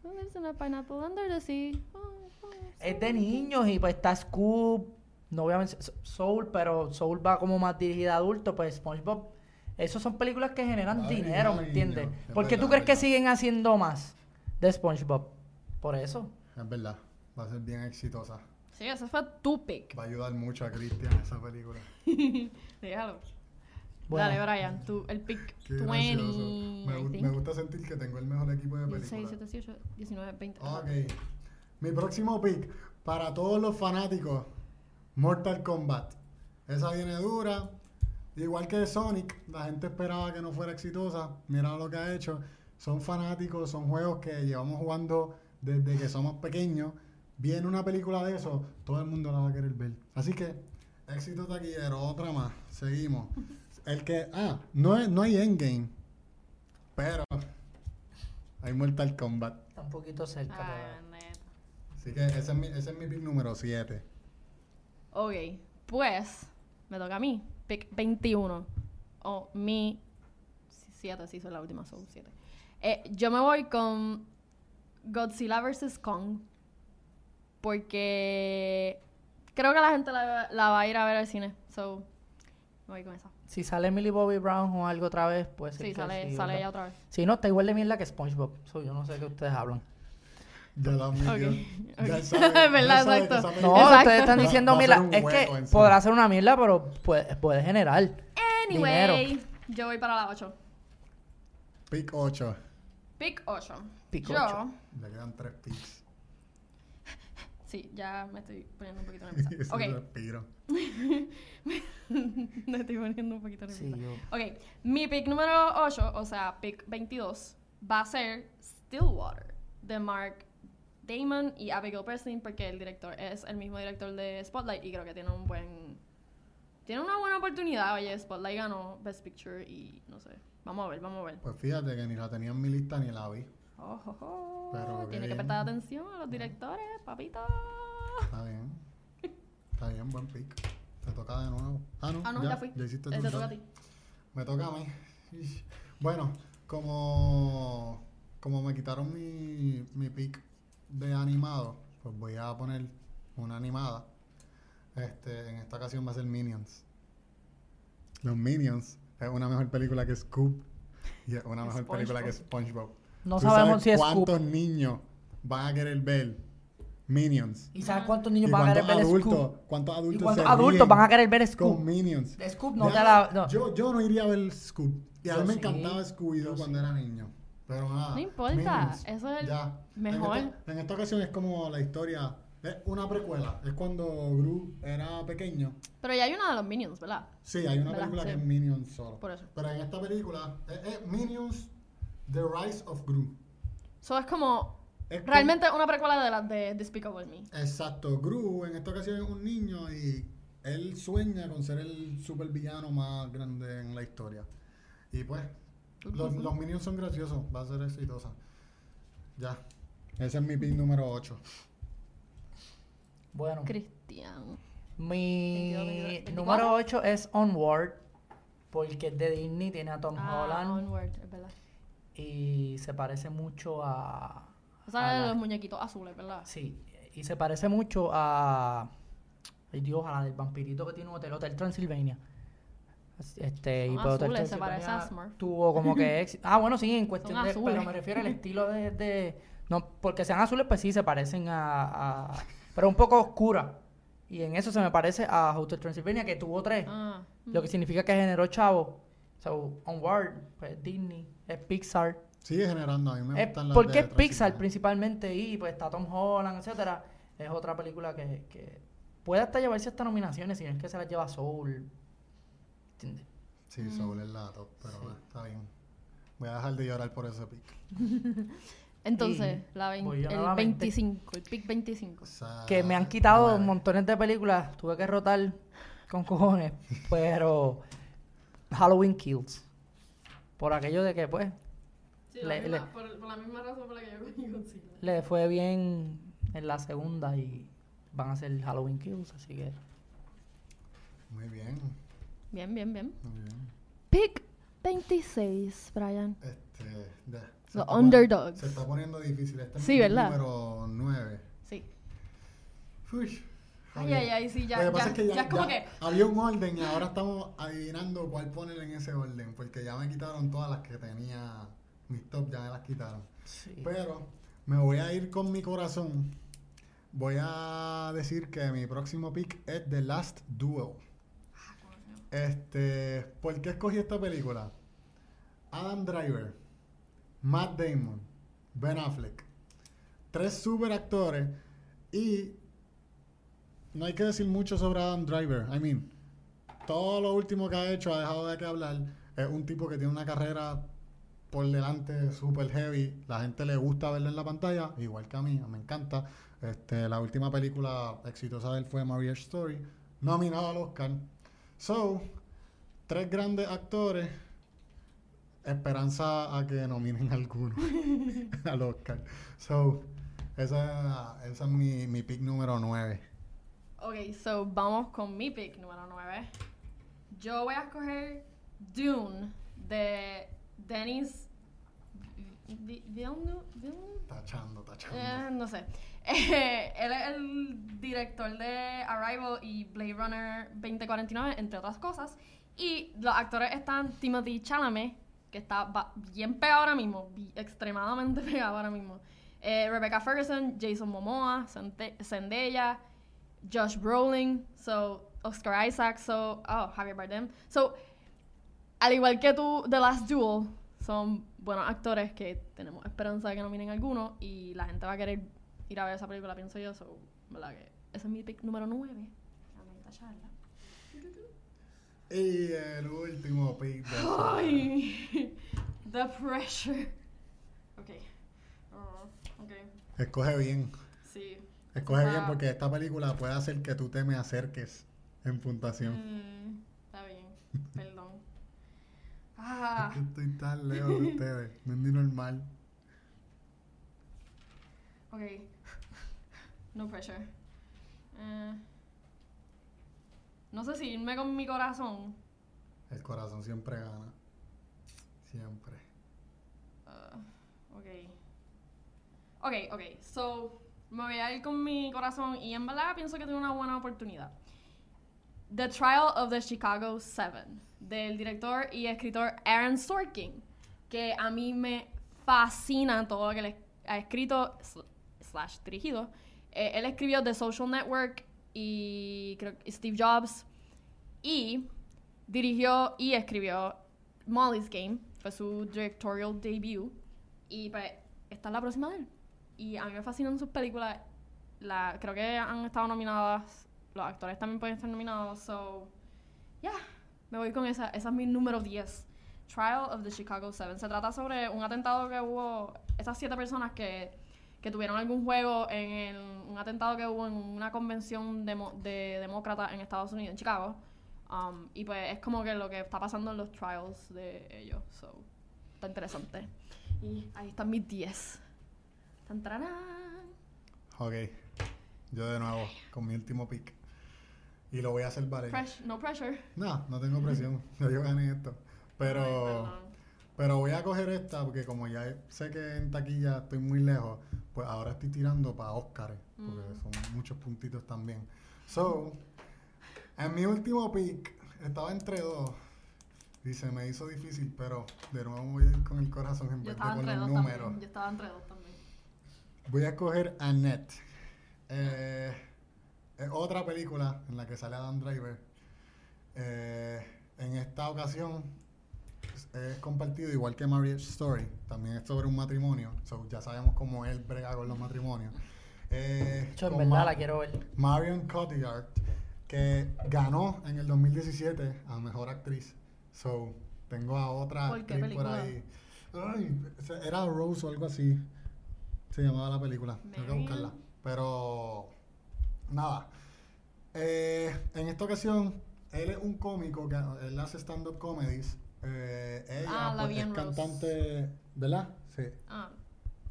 Speaker 2: Oh, there's a pineapple under the sea. Oh, oh, so
Speaker 3: Es de
Speaker 2: pretty.
Speaker 3: niños y pues está Scoop. No voy a menc- Soul, pero Soul va como más dirigida a adultos, pues SpongeBob. Esas son películas que generan
Speaker 1: Va
Speaker 3: dinero,
Speaker 1: dirigida
Speaker 3: ¿me
Speaker 1: a
Speaker 3: entiendes?
Speaker 1: niños, es
Speaker 3: ¿Por qué tú
Speaker 1: verdad,
Speaker 3: crees que
Speaker 1: verdad.
Speaker 3: siguen haciendo más de SpongeBob? Por eso.
Speaker 1: Es verdad. Va a ser bien exitosa.
Speaker 2: Sí, ese fue tu pick.
Speaker 1: Va a ayudar mucho a Christian esa película.
Speaker 2: Déjalo.
Speaker 3: Bueno.
Speaker 2: Dale, Brian, tú, el pick
Speaker 1: Qué
Speaker 2: 20.
Speaker 1: gracioso. Me,
Speaker 2: I
Speaker 1: gu-
Speaker 2: think.
Speaker 1: me gusta sentir que tengo el mejor equipo de
Speaker 2: 16,
Speaker 1: películas.
Speaker 2: 17, 18, 19, 20.
Speaker 1: Ok. Mi próximo pick para todos los fanáticos: Mortal Kombat. Esa viene dura. Igual que Sonic, la gente esperaba que no fuera exitosa. Mira lo que ha hecho. Son fanáticos, son juegos que llevamos jugando desde que somos pequeños. Viene una película de eso, todo el mundo la va a querer ver. Así que, éxito taquillero, otra más. Seguimos. El que. Ah, no, es- no hay Endgame. Pero. Hay Mortal Kombat.
Speaker 3: Está un poquito cerca.
Speaker 2: Ah,
Speaker 3: pero-
Speaker 2: neta.
Speaker 1: Así que ese es mi, ese es mi pick número 7.
Speaker 2: Ok, pues me toca a mí. Pick 21. O mi 7, sí, son la última, son 7. yo me voy con Godzilla vs. Kong. Porque creo que la gente la, la va a ir a ver al cine. So, me voy con esa.
Speaker 3: Si sale Millie Bobby Brown o algo otra vez, pues
Speaker 2: Sí, sale, sale ella otra vez.
Speaker 3: Si no, está igual de mierda que SpongeBob. So, yo no sé qué ustedes hablan.
Speaker 1: Ya lo admitió.
Speaker 2: Ok,
Speaker 1: Ya
Speaker 2: ok.
Speaker 1: sabe- ya
Speaker 2: ¿Verdad?
Speaker 1: sabe que
Speaker 2: Exacto.
Speaker 1: esa
Speaker 3: No,
Speaker 1: película-
Speaker 2: Exacto.
Speaker 3: ustedes están
Speaker 1: Va-
Speaker 3: diciendo
Speaker 1: va a
Speaker 3: mierda.
Speaker 1: ser un
Speaker 3: Es que
Speaker 1: hueco encima.
Speaker 3: podrá ser una mierda, pero puede, puede generar.
Speaker 2: Anyway,
Speaker 3: Dinero.
Speaker 2: yo voy para la 8.
Speaker 1: Pick 8.
Speaker 2: Pick 8.
Speaker 3: Pick
Speaker 2: yo,
Speaker 3: ocho.
Speaker 1: Le quedan 3 picks.
Speaker 2: Sí, ya me estoy poniendo un poquito nerviosa.
Speaker 1: Ese
Speaker 2: ok,
Speaker 1: respiro.
Speaker 2: me estoy poniendo un poquito nerviosa.
Speaker 3: Sí, yo.
Speaker 2: Ok, mi pick número 8, o sea, pick 22, va a ser Stillwater, de Mark Damon y Abigail Breslin, porque el director es el mismo director de Spotlight y creo que tiene un buen... Tiene una buena oportunidad, oye, Spotlight ganó Best Picture y no sé. Vamos a ver, vamos a ver.
Speaker 1: Pues fíjate que ni la tenía en mi lista ni la vi.
Speaker 2: Oh, oh, oh.
Speaker 1: Pero qué
Speaker 2: Tiene que
Speaker 1: bien.
Speaker 2: prestar atención a los directores, papito.
Speaker 1: Está bien. Está bien, buen pick. Te toca de nuevo. Ah, no.
Speaker 2: Ah, no, ya, fui.
Speaker 1: Ya hiciste
Speaker 2: Eh,
Speaker 1: tu
Speaker 2: te toca a
Speaker 1: tarea.
Speaker 2: ti.
Speaker 1: Me toca a mí. Ish. Bueno, como, como me quitaron mi, mi pick de animado, pues voy a poner una animada. Este, en esta ocasión va a ser Minions. Los Minions es una mejor película que Scoop y es una mejor película que SpongeBob.
Speaker 3: No
Speaker 1: Tú
Speaker 3: sabemos
Speaker 1: sabes
Speaker 3: si es
Speaker 1: cuántos
Speaker 3: Scoop.
Speaker 1: niños van a querer ver Minions.
Speaker 3: ¿Y sabes cuántos niños
Speaker 1: ¿Y
Speaker 3: van a
Speaker 1: cuántos
Speaker 3: querer ver
Speaker 1: adultos,
Speaker 3: Scoop?
Speaker 1: cuántos
Speaker 3: ¿Y
Speaker 1: adultos,
Speaker 3: cuántos
Speaker 1: se
Speaker 3: adultos
Speaker 1: ríen
Speaker 3: van a querer ver
Speaker 1: con
Speaker 3: Scoop?
Speaker 1: Minions?
Speaker 3: De Scoop no
Speaker 1: Ya,
Speaker 3: te la. no.
Speaker 1: Yo, yo no iría a ver Scoop. Y a mí
Speaker 3: Yo
Speaker 1: me
Speaker 3: sí,
Speaker 1: encantaba Scooby-Doo
Speaker 3: yo
Speaker 1: cuando era niño. Pero nada.
Speaker 2: No importa, eso es el
Speaker 1: ya.
Speaker 2: mejor.
Speaker 1: En esta, en esta ocasión es como la historia. Es una precuela. Es cuando Gru era pequeño.
Speaker 2: Pero ya hay una de los Minions, ¿verdad?
Speaker 1: Sí, hay una
Speaker 2: ¿Verdad?
Speaker 1: película
Speaker 2: Sí.
Speaker 1: que es Minions solo.
Speaker 2: Por eso.
Speaker 1: Pero en esta película es, es Minions The Rise of Gru.
Speaker 2: Eso es como
Speaker 1: Es como-
Speaker 2: realmente una precuela de las de Despicable Me.
Speaker 1: Exacto, Gru en esta ocasión es un niño y él sueña con ser el supervillano más grande en la historia. Y pues, los, los minions son graciosos, va a ser exitosa. Ya, ese es mi pin número 8.
Speaker 3: Bueno,
Speaker 2: Cristian.
Speaker 3: mi
Speaker 2: 22, 22,
Speaker 3: número 8 es Onward. Porque es de Disney, tiene a Tom
Speaker 2: Ah,
Speaker 3: Holland.
Speaker 2: Onward, es verdad.
Speaker 3: Y se parece mucho a.
Speaker 2: O sea,
Speaker 3: a
Speaker 2: de
Speaker 3: la-
Speaker 2: los muñequitos azules, ¿verdad?
Speaker 3: Sí, y se parece mucho a. Ay, Dios, a la del vampirito que tiene un hotel, Hotel Transilvania. Este, y
Speaker 2: Son
Speaker 3: pues, Hotel
Speaker 2: azules, se parece a
Speaker 3: Transilvania
Speaker 2: Smurf.
Speaker 3: tuvo como que éxito. Ah, bueno, sí, en cuestión
Speaker 2: Son
Speaker 3: de.
Speaker 2: azules.
Speaker 3: Pero me refiero al estilo de, de- No, porque sean azules, pues sí, se parecen a. a- pero un poco oscura. Y en eso se me parece a Hotel Transilvania, que tuvo tres.
Speaker 2: Ah,
Speaker 3: Lo que significa que generó chavo. So, Onward, pues Disney, es Pixar.
Speaker 1: Sigue generando, a mí me
Speaker 3: Es-
Speaker 1: gustan las
Speaker 3: porque
Speaker 1: de
Speaker 3: es Pixar
Speaker 1: Transilvania.
Speaker 3: principalmente y pues está Tom Holland, etcétera. Es otra película que, que puede hasta llevarse hasta nominaciones, si no es que se las lleva Soul. ¿Entiendes?
Speaker 1: Sí, Soul es la top, pero
Speaker 3: Sí.
Speaker 1: bueno, está bien. Voy a dejar de llorar por ese pick.
Speaker 2: Entonces, la vein-
Speaker 3: voy yo
Speaker 2: el
Speaker 3: nuevamente.
Speaker 2: 25, el pick 25.
Speaker 1: Ah,
Speaker 3: Que me han quitado
Speaker 1: un
Speaker 3: montones de películas, tuve que rotar con cojones, pero Halloween Kills. Por aquello de que pues
Speaker 2: Sí,
Speaker 3: la Le- misma- le-
Speaker 2: por, la misma razón por la que yo cogí
Speaker 3: le fue bien en la segunda y van a hacer Halloween Kills, así que
Speaker 1: Muy bien,
Speaker 2: Bien, bien, bien.
Speaker 1: muy bien.
Speaker 2: Pick 26, Brian.
Speaker 1: Este, ya, se
Speaker 2: Los
Speaker 1: está
Speaker 2: underdogs.
Speaker 1: poni- Se está poniendo difícil. Este es
Speaker 2: Sí,
Speaker 1: mi
Speaker 2: ¿verdad?
Speaker 1: número 9.
Speaker 2: Sí.
Speaker 1: Uy.
Speaker 2: Ay, ay, ay, sí, ya,
Speaker 1: Lo que
Speaker 2: ya,
Speaker 1: pasa es que ya,
Speaker 2: ya es como
Speaker 1: ya
Speaker 2: que...
Speaker 1: había un orden y ahora estamos adivinando cuál poner en ese orden, porque ya me quitaron todas las que tenía, mis top ya me las quitaron.
Speaker 3: sí.
Speaker 1: Pero me voy a ir con mi corazón. Voy a decir que mi próximo pick es The Last Duel. Este, ¿por qué escogí esta película? Adam Driver, Matt Damon, Ben Affleck. Tres super actores y no hay que decir mucho sobre Adam Driver. I mean, todo lo último que ha hecho ha dejado de qué hablar. Es un tipo que tiene una carrera por delante super heavy. La gente le gusta verlo en la pantalla, igual que a mí, me encanta. Este, la última película exitosa de él fue Marriage Story, nominado al Oscar. So, tres grandes actores, esperanza a que nominen alguno al Oscar. So, esa, esa es mi, mi pick número 9.
Speaker 2: Ok, so vamos con mi pick número 9. Yo voy a escoger Dune de Denis Vi- Villeneuve. Villeneuve?
Speaker 1: Tachando, tachando.
Speaker 2: Eh, no sé. Eh, él es el director de Arrival y Blade Runner 2049, entre otras cosas. Y los actores están Timothy Chalamet, que está ba- bien pegado ahora mismo, bi- extremadamente pegado ahora mismo. Eh, Rebecca Ferguson, Jason Momoa, Zende- Zendaya, Josh Brolin, so Oscar Isaac, so oh, Javier Bardem. So, al igual que tú, The Last Duel, son buenos actores que tenemos esperanza de que nominen alguno y la gente va a querer ir a ver esa película, pienso yo. So, ¿verdad que ese es mi pick número 9.
Speaker 1: Y el último pick de
Speaker 2: Ay, the pressure. Ok. Ah, ok.
Speaker 1: Escoge bien.
Speaker 2: Sí.
Speaker 1: Escoge
Speaker 2: Está-
Speaker 1: bien porque esta película puede hacer que tú te me acerques en puntuación.
Speaker 2: Mm, está bien. Perdón. Ah.
Speaker 1: Es que estoy tan lejos de ustedes. No es ni normal.
Speaker 2: Okay. No pressure. Eh, no sé si irme con mi corazón.
Speaker 1: El corazón siempre gana. Siempre.
Speaker 2: Ah, ok. Ok, ok. So, me voy a ir con mi corazón y en verdad pienso que tengo una buena oportunidad. The Trial of the Chicago Seven, del director y escritor Aaron Sorkin, que a mí me fascina todo lo que él ha escrito sl- slash dirigido. Eh, él escribió The Social Network y creo que Steve Jobs y dirigió y escribió Molly's Game, fue su directorial debut y pues esta es la próxima de él. Y a mí me fascinan sus películas, la, creo que han estado nominadas, los actores también pueden estar nominados, so ya, me voy con esa, esa es mi número 10. Trial of the Chicago Seven. Se trata sobre un atentado que hubo, estas siete personas que, que tuvieron algún juego en el- un atentado que hubo en una convención demo- de demócratas en Estados Unidos, en Chicago. Um, y pues es como que lo que está pasando en los trials de ellos. So, está interesante. Y ahí están mis 10. Tan, tararán.
Speaker 1: Ok. Yo de nuevo, con mi último pick. Y lo voy a hacer valer.
Speaker 2: Fresh, no pressure.
Speaker 1: No, no tengo presión. Ya Yo gané esto. Pero.
Speaker 2: Ay, perdón.
Speaker 1: Pero voy a coger esta porque como ya sé que en taquilla estoy muy lejos, pues ahora estoy tirando para Óscar, porque
Speaker 2: Mm.
Speaker 1: son muchos puntitos también. So, en mi último pick, estaba entre dos. Y se me hizo difícil, pero de nuevo voy a ir con el corazón en
Speaker 4: Yo
Speaker 1: vez de
Speaker 4: estaba
Speaker 1: con
Speaker 4: entre
Speaker 1: los
Speaker 4: dos
Speaker 1: números.
Speaker 4: también. Yo estaba entre dos también.
Speaker 1: Voy a escoger Annette. Eh, es otra película en la que sale Adam Driver. Eh, en esta ocasión es- es compartido igual que Marriage Story. También es sobre un matrimonio. So, ya sabemos cómo él brega con los matrimonios. Eh,
Speaker 3: De hecho, en
Speaker 1: con
Speaker 3: verdad
Speaker 1: Ma-
Speaker 3: la quiero ver.
Speaker 1: Marion Cotillard, que ganó en el 2017 a Mejor Actriz. So, tengo a otra
Speaker 4: ¿Por qué
Speaker 1: actriz
Speaker 4: película?
Speaker 1: por ahí. Ay, se- era Rose o algo así. Se llamaba la película. Tengo que
Speaker 4: Marion.
Speaker 1: buscarla. Pero, nada. Eh, en esta ocasión, él es un cómico, que- él hace stand-up comedies. Eh, ella
Speaker 4: Ah, la
Speaker 1: pues,
Speaker 4: vi
Speaker 1: es
Speaker 4: en Rose.
Speaker 1: cantante, ¿verdad? Sí.
Speaker 4: Ah,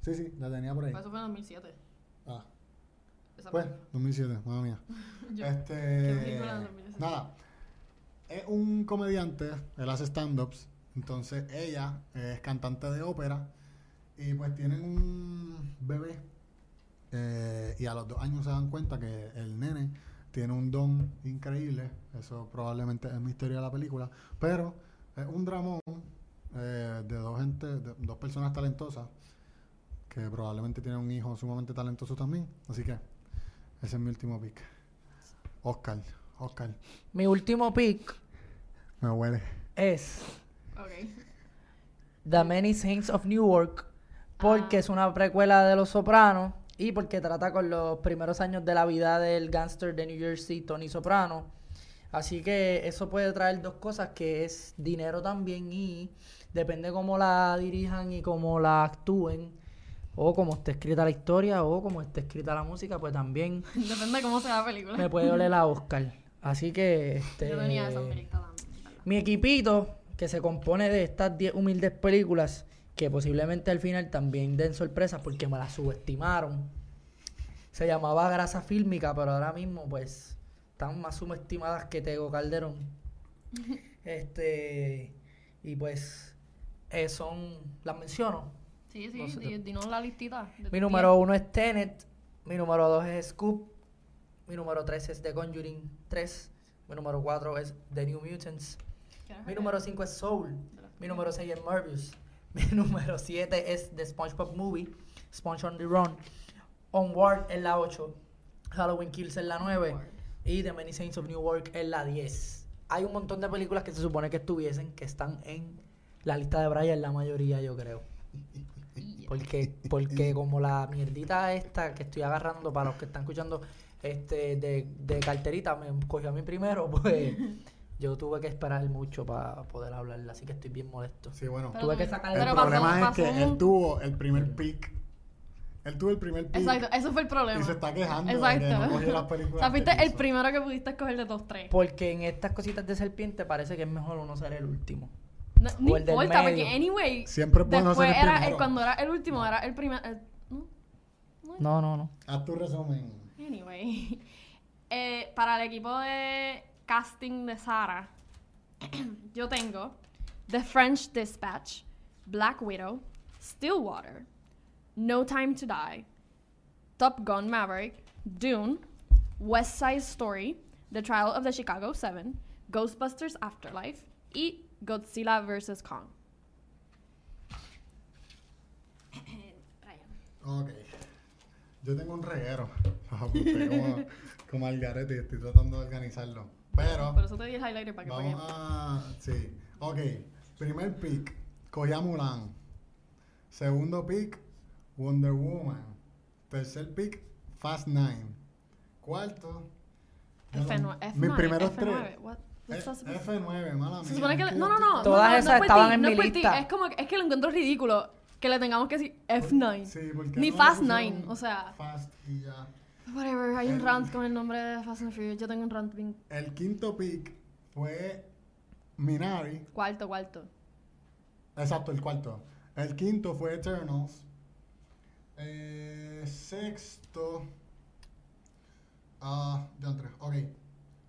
Speaker 1: sí, sí, la tenía por ahí.
Speaker 4: pues eso fue en 2007.
Speaker 1: Ah,
Speaker 4: Esa
Speaker 1: pues,
Speaker 4: película.
Speaker 1: 2007, madre mía.
Speaker 4: Yo- ¿Qué
Speaker 1: Este,
Speaker 4: película del 2017?
Speaker 1: nada, es un comediante, él hace stand-ups, entonces ella es cantante de ópera y pues tienen un bebé eh, y a los dos años se dan cuenta que el nene tiene un don increíble, eso probablemente es misterio de la película, pero es un dramón eh, de dos gente, de dos personas talentosas que probablemente tienen un hijo sumamente talentoso también, así que ese es mi último pick. Oscar, Oscar,
Speaker 3: Mi último pick
Speaker 1: me huele.
Speaker 3: es
Speaker 4: Ok.
Speaker 3: The Many Saints of Newark porque
Speaker 4: Ah.
Speaker 3: es una precuela de Los Sopranos y porque trata con los primeros años de la vida del gángster de New Jersey, Tony Soprano. Así que eso puede traer dos cosas, que es dinero también y depende cómo la dirijan y cómo la actúen, o cómo esté escrita la historia, o cómo esté escrita la música, pues también
Speaker 4: Depende de cómo sea la película.
Speaker 3: me puede oler a Oscar. Así que... Este,
Speaker 4: Yo tenía esa película también. ¿verdad?
Speaker 3: mi equipito, que se compone de estas 10 humildes películas, que posiblemente al final también den sorpresas porque me las subestimaron. Se llamaba Grasa Fílmica, pero ahora mismo, pues, están más subestimadas que Tego Calderón. Este. Y pues, eh, son. Las menciono.
Speaker 4: Sí,
Speaker 3: No
Speaker 4: sí,
Speaker 3: sé.
Speaker 4: di- dinos la listita. de tus
Speaker 3: Mi
Speaker 4: diez.
Speaker 3: número uno es Tenet. Mi número dos es Scoop. Mi número tres es The Conjuring 3. Mi número cuatro es The New Mutants.
Speaker 4: ¿Quieres
Speaker 3: Mi
Speaker 4: ver?
Speaker 3: número 5 es Soul. Mi número 6 es Morbius. Mi número 7 es The SpongeBob Movie. Sponge on the Run. Onward es la 8. Halloween Kills es la 9.
Speaker 4: Onward.
Speaker 3: Y The Many Saints of New York es la 10. Hay un montón de películas que se supone que estuviesen, que están en la lista de Brian, la mayoría, yo creo.
Speaker 4: Yeah.
Speaker 3: Porque, porque como la mierdita esta que estoy agarrando para los que están escuchando este de, de carterita me cogió a mí primero, pues yo tuve que esperar mucho para poder hablarla, así que estoy bien molesto.
Speaker 1: Sí, bueno.
Speaker 4: Pero
Speaker 3: Tuve
Speaker 4: tú-
Speaker 3: que sacar
Speaker 1: el
Speaker 4: pero pasó-
Speaker 1: problema es
Speaker 4: pasó
Speaker 1: que él
Speaker 4: un-
Speaker 1: tuvo el primer pick. Él tuvo el primer pick.
Speaker 2: Exacto.
Speaker 4: Exacto, eso fue el problema.
Speaker 1: Y se está quejando de que no cogió las
Speaker 4: Exacto.
Speaker 1: películas
Speaker 4: O sea, fuiste
Speaker 1: que
Speaker 4: el
Speaker 1: hizo.
Speaker 4: primero que pudiste escoger de los tres.
Speaker 3: Porque en estas cositas de serpiente parece que es mejor uno ser el último.
Speaker 2: No, no
Speaker 3: o el del
Speaker 2: importa,
Speaker 3: medio.
Speaker 2: porque anyway.
Speaker 1: Siempre es bueno
Speaker 2: después
Speaker 1: ser el
Speaker 2: era
Speaker 1: primero.
Speaker 2: cuando era el último, era el primer. el- ¿no?
Speaker 3: No, no, no.
Speaker 1: Haz tu resumen.
Speaker 2: Anyway, eh, para el equipo de casting de Sara, yo tengo The French Dispatch, Black Widow, Stillwater, No Time to Die, Top Gun Maverick, Dune, West Side Story, The Trial of the Chicago 7, Ghostbusters Afterlife y Godzilla vs. Kong.
Speaker 1: Ok. Yo tengo un reguero. Los apunté como, como al garete y estoy tratando de organizarlo. Pero
Speaker 4: Por eso te di el highlighter
Speaker 2: Ah,
Speaker 4: para que
Speaker 1: vamos
Speaker 4: para que-
Speaker 1: a. Sí. Ok. Primer pick, Koya Mulan. Segundo pick, Wonder Woman. Tercer pick, Fast Nine. Cuarto.
Speaker 2: F9,
Speaker 1: Mis
Speaker 2: F9,
Speaker 1: primeros
Speaker 2: F9,
Speaker 1: tres.
Speaker 2: what-
Speaker 1: Eh,
Speaker 2: what's that supposed-
Speaker 1: F9, mala
Speaker 2: Se
Speaker 1: mía,
Speaker 2: supone que... le-
Speaker 1: puta.
Speaker 2: no, no, no.
Speaker 3: Todas
Speaker 2: no, no,
Speaker 3: esas
Speaker 2: no es por
Speaker 3: estaban
Speaker 2: ti,
Speaker 3: en
Speaker 2: no
Speaker 3: mi
Speaker 2: es por ti,
Speaker 3: lista.
Speaker 2: Es como... que- Es que lo encuentro ridículo que le tengamos que decir F9.
Speaker 1: Sí, porque
Speaker 2: Ni
Speaker 1: no le
Speaker 2: Fast
Speaker 1: pusieron
Speaker 2: 9, o sea...
Speaker 1: Fast y ya.
Speaker 2: Whatever, hay un
Speaker 1: El-
Speaker 2: rant con el nombre de Fast and Furious. Yo tengo un rant bien...
Speaker 1: El quinto pick fue Minari.
Speaker 2: Cuarto, cuarto.
Speaker 1: Exacto, el cuarto. El quinto fue Eternals. Eh, sexto. Ah, ya entré. Ok.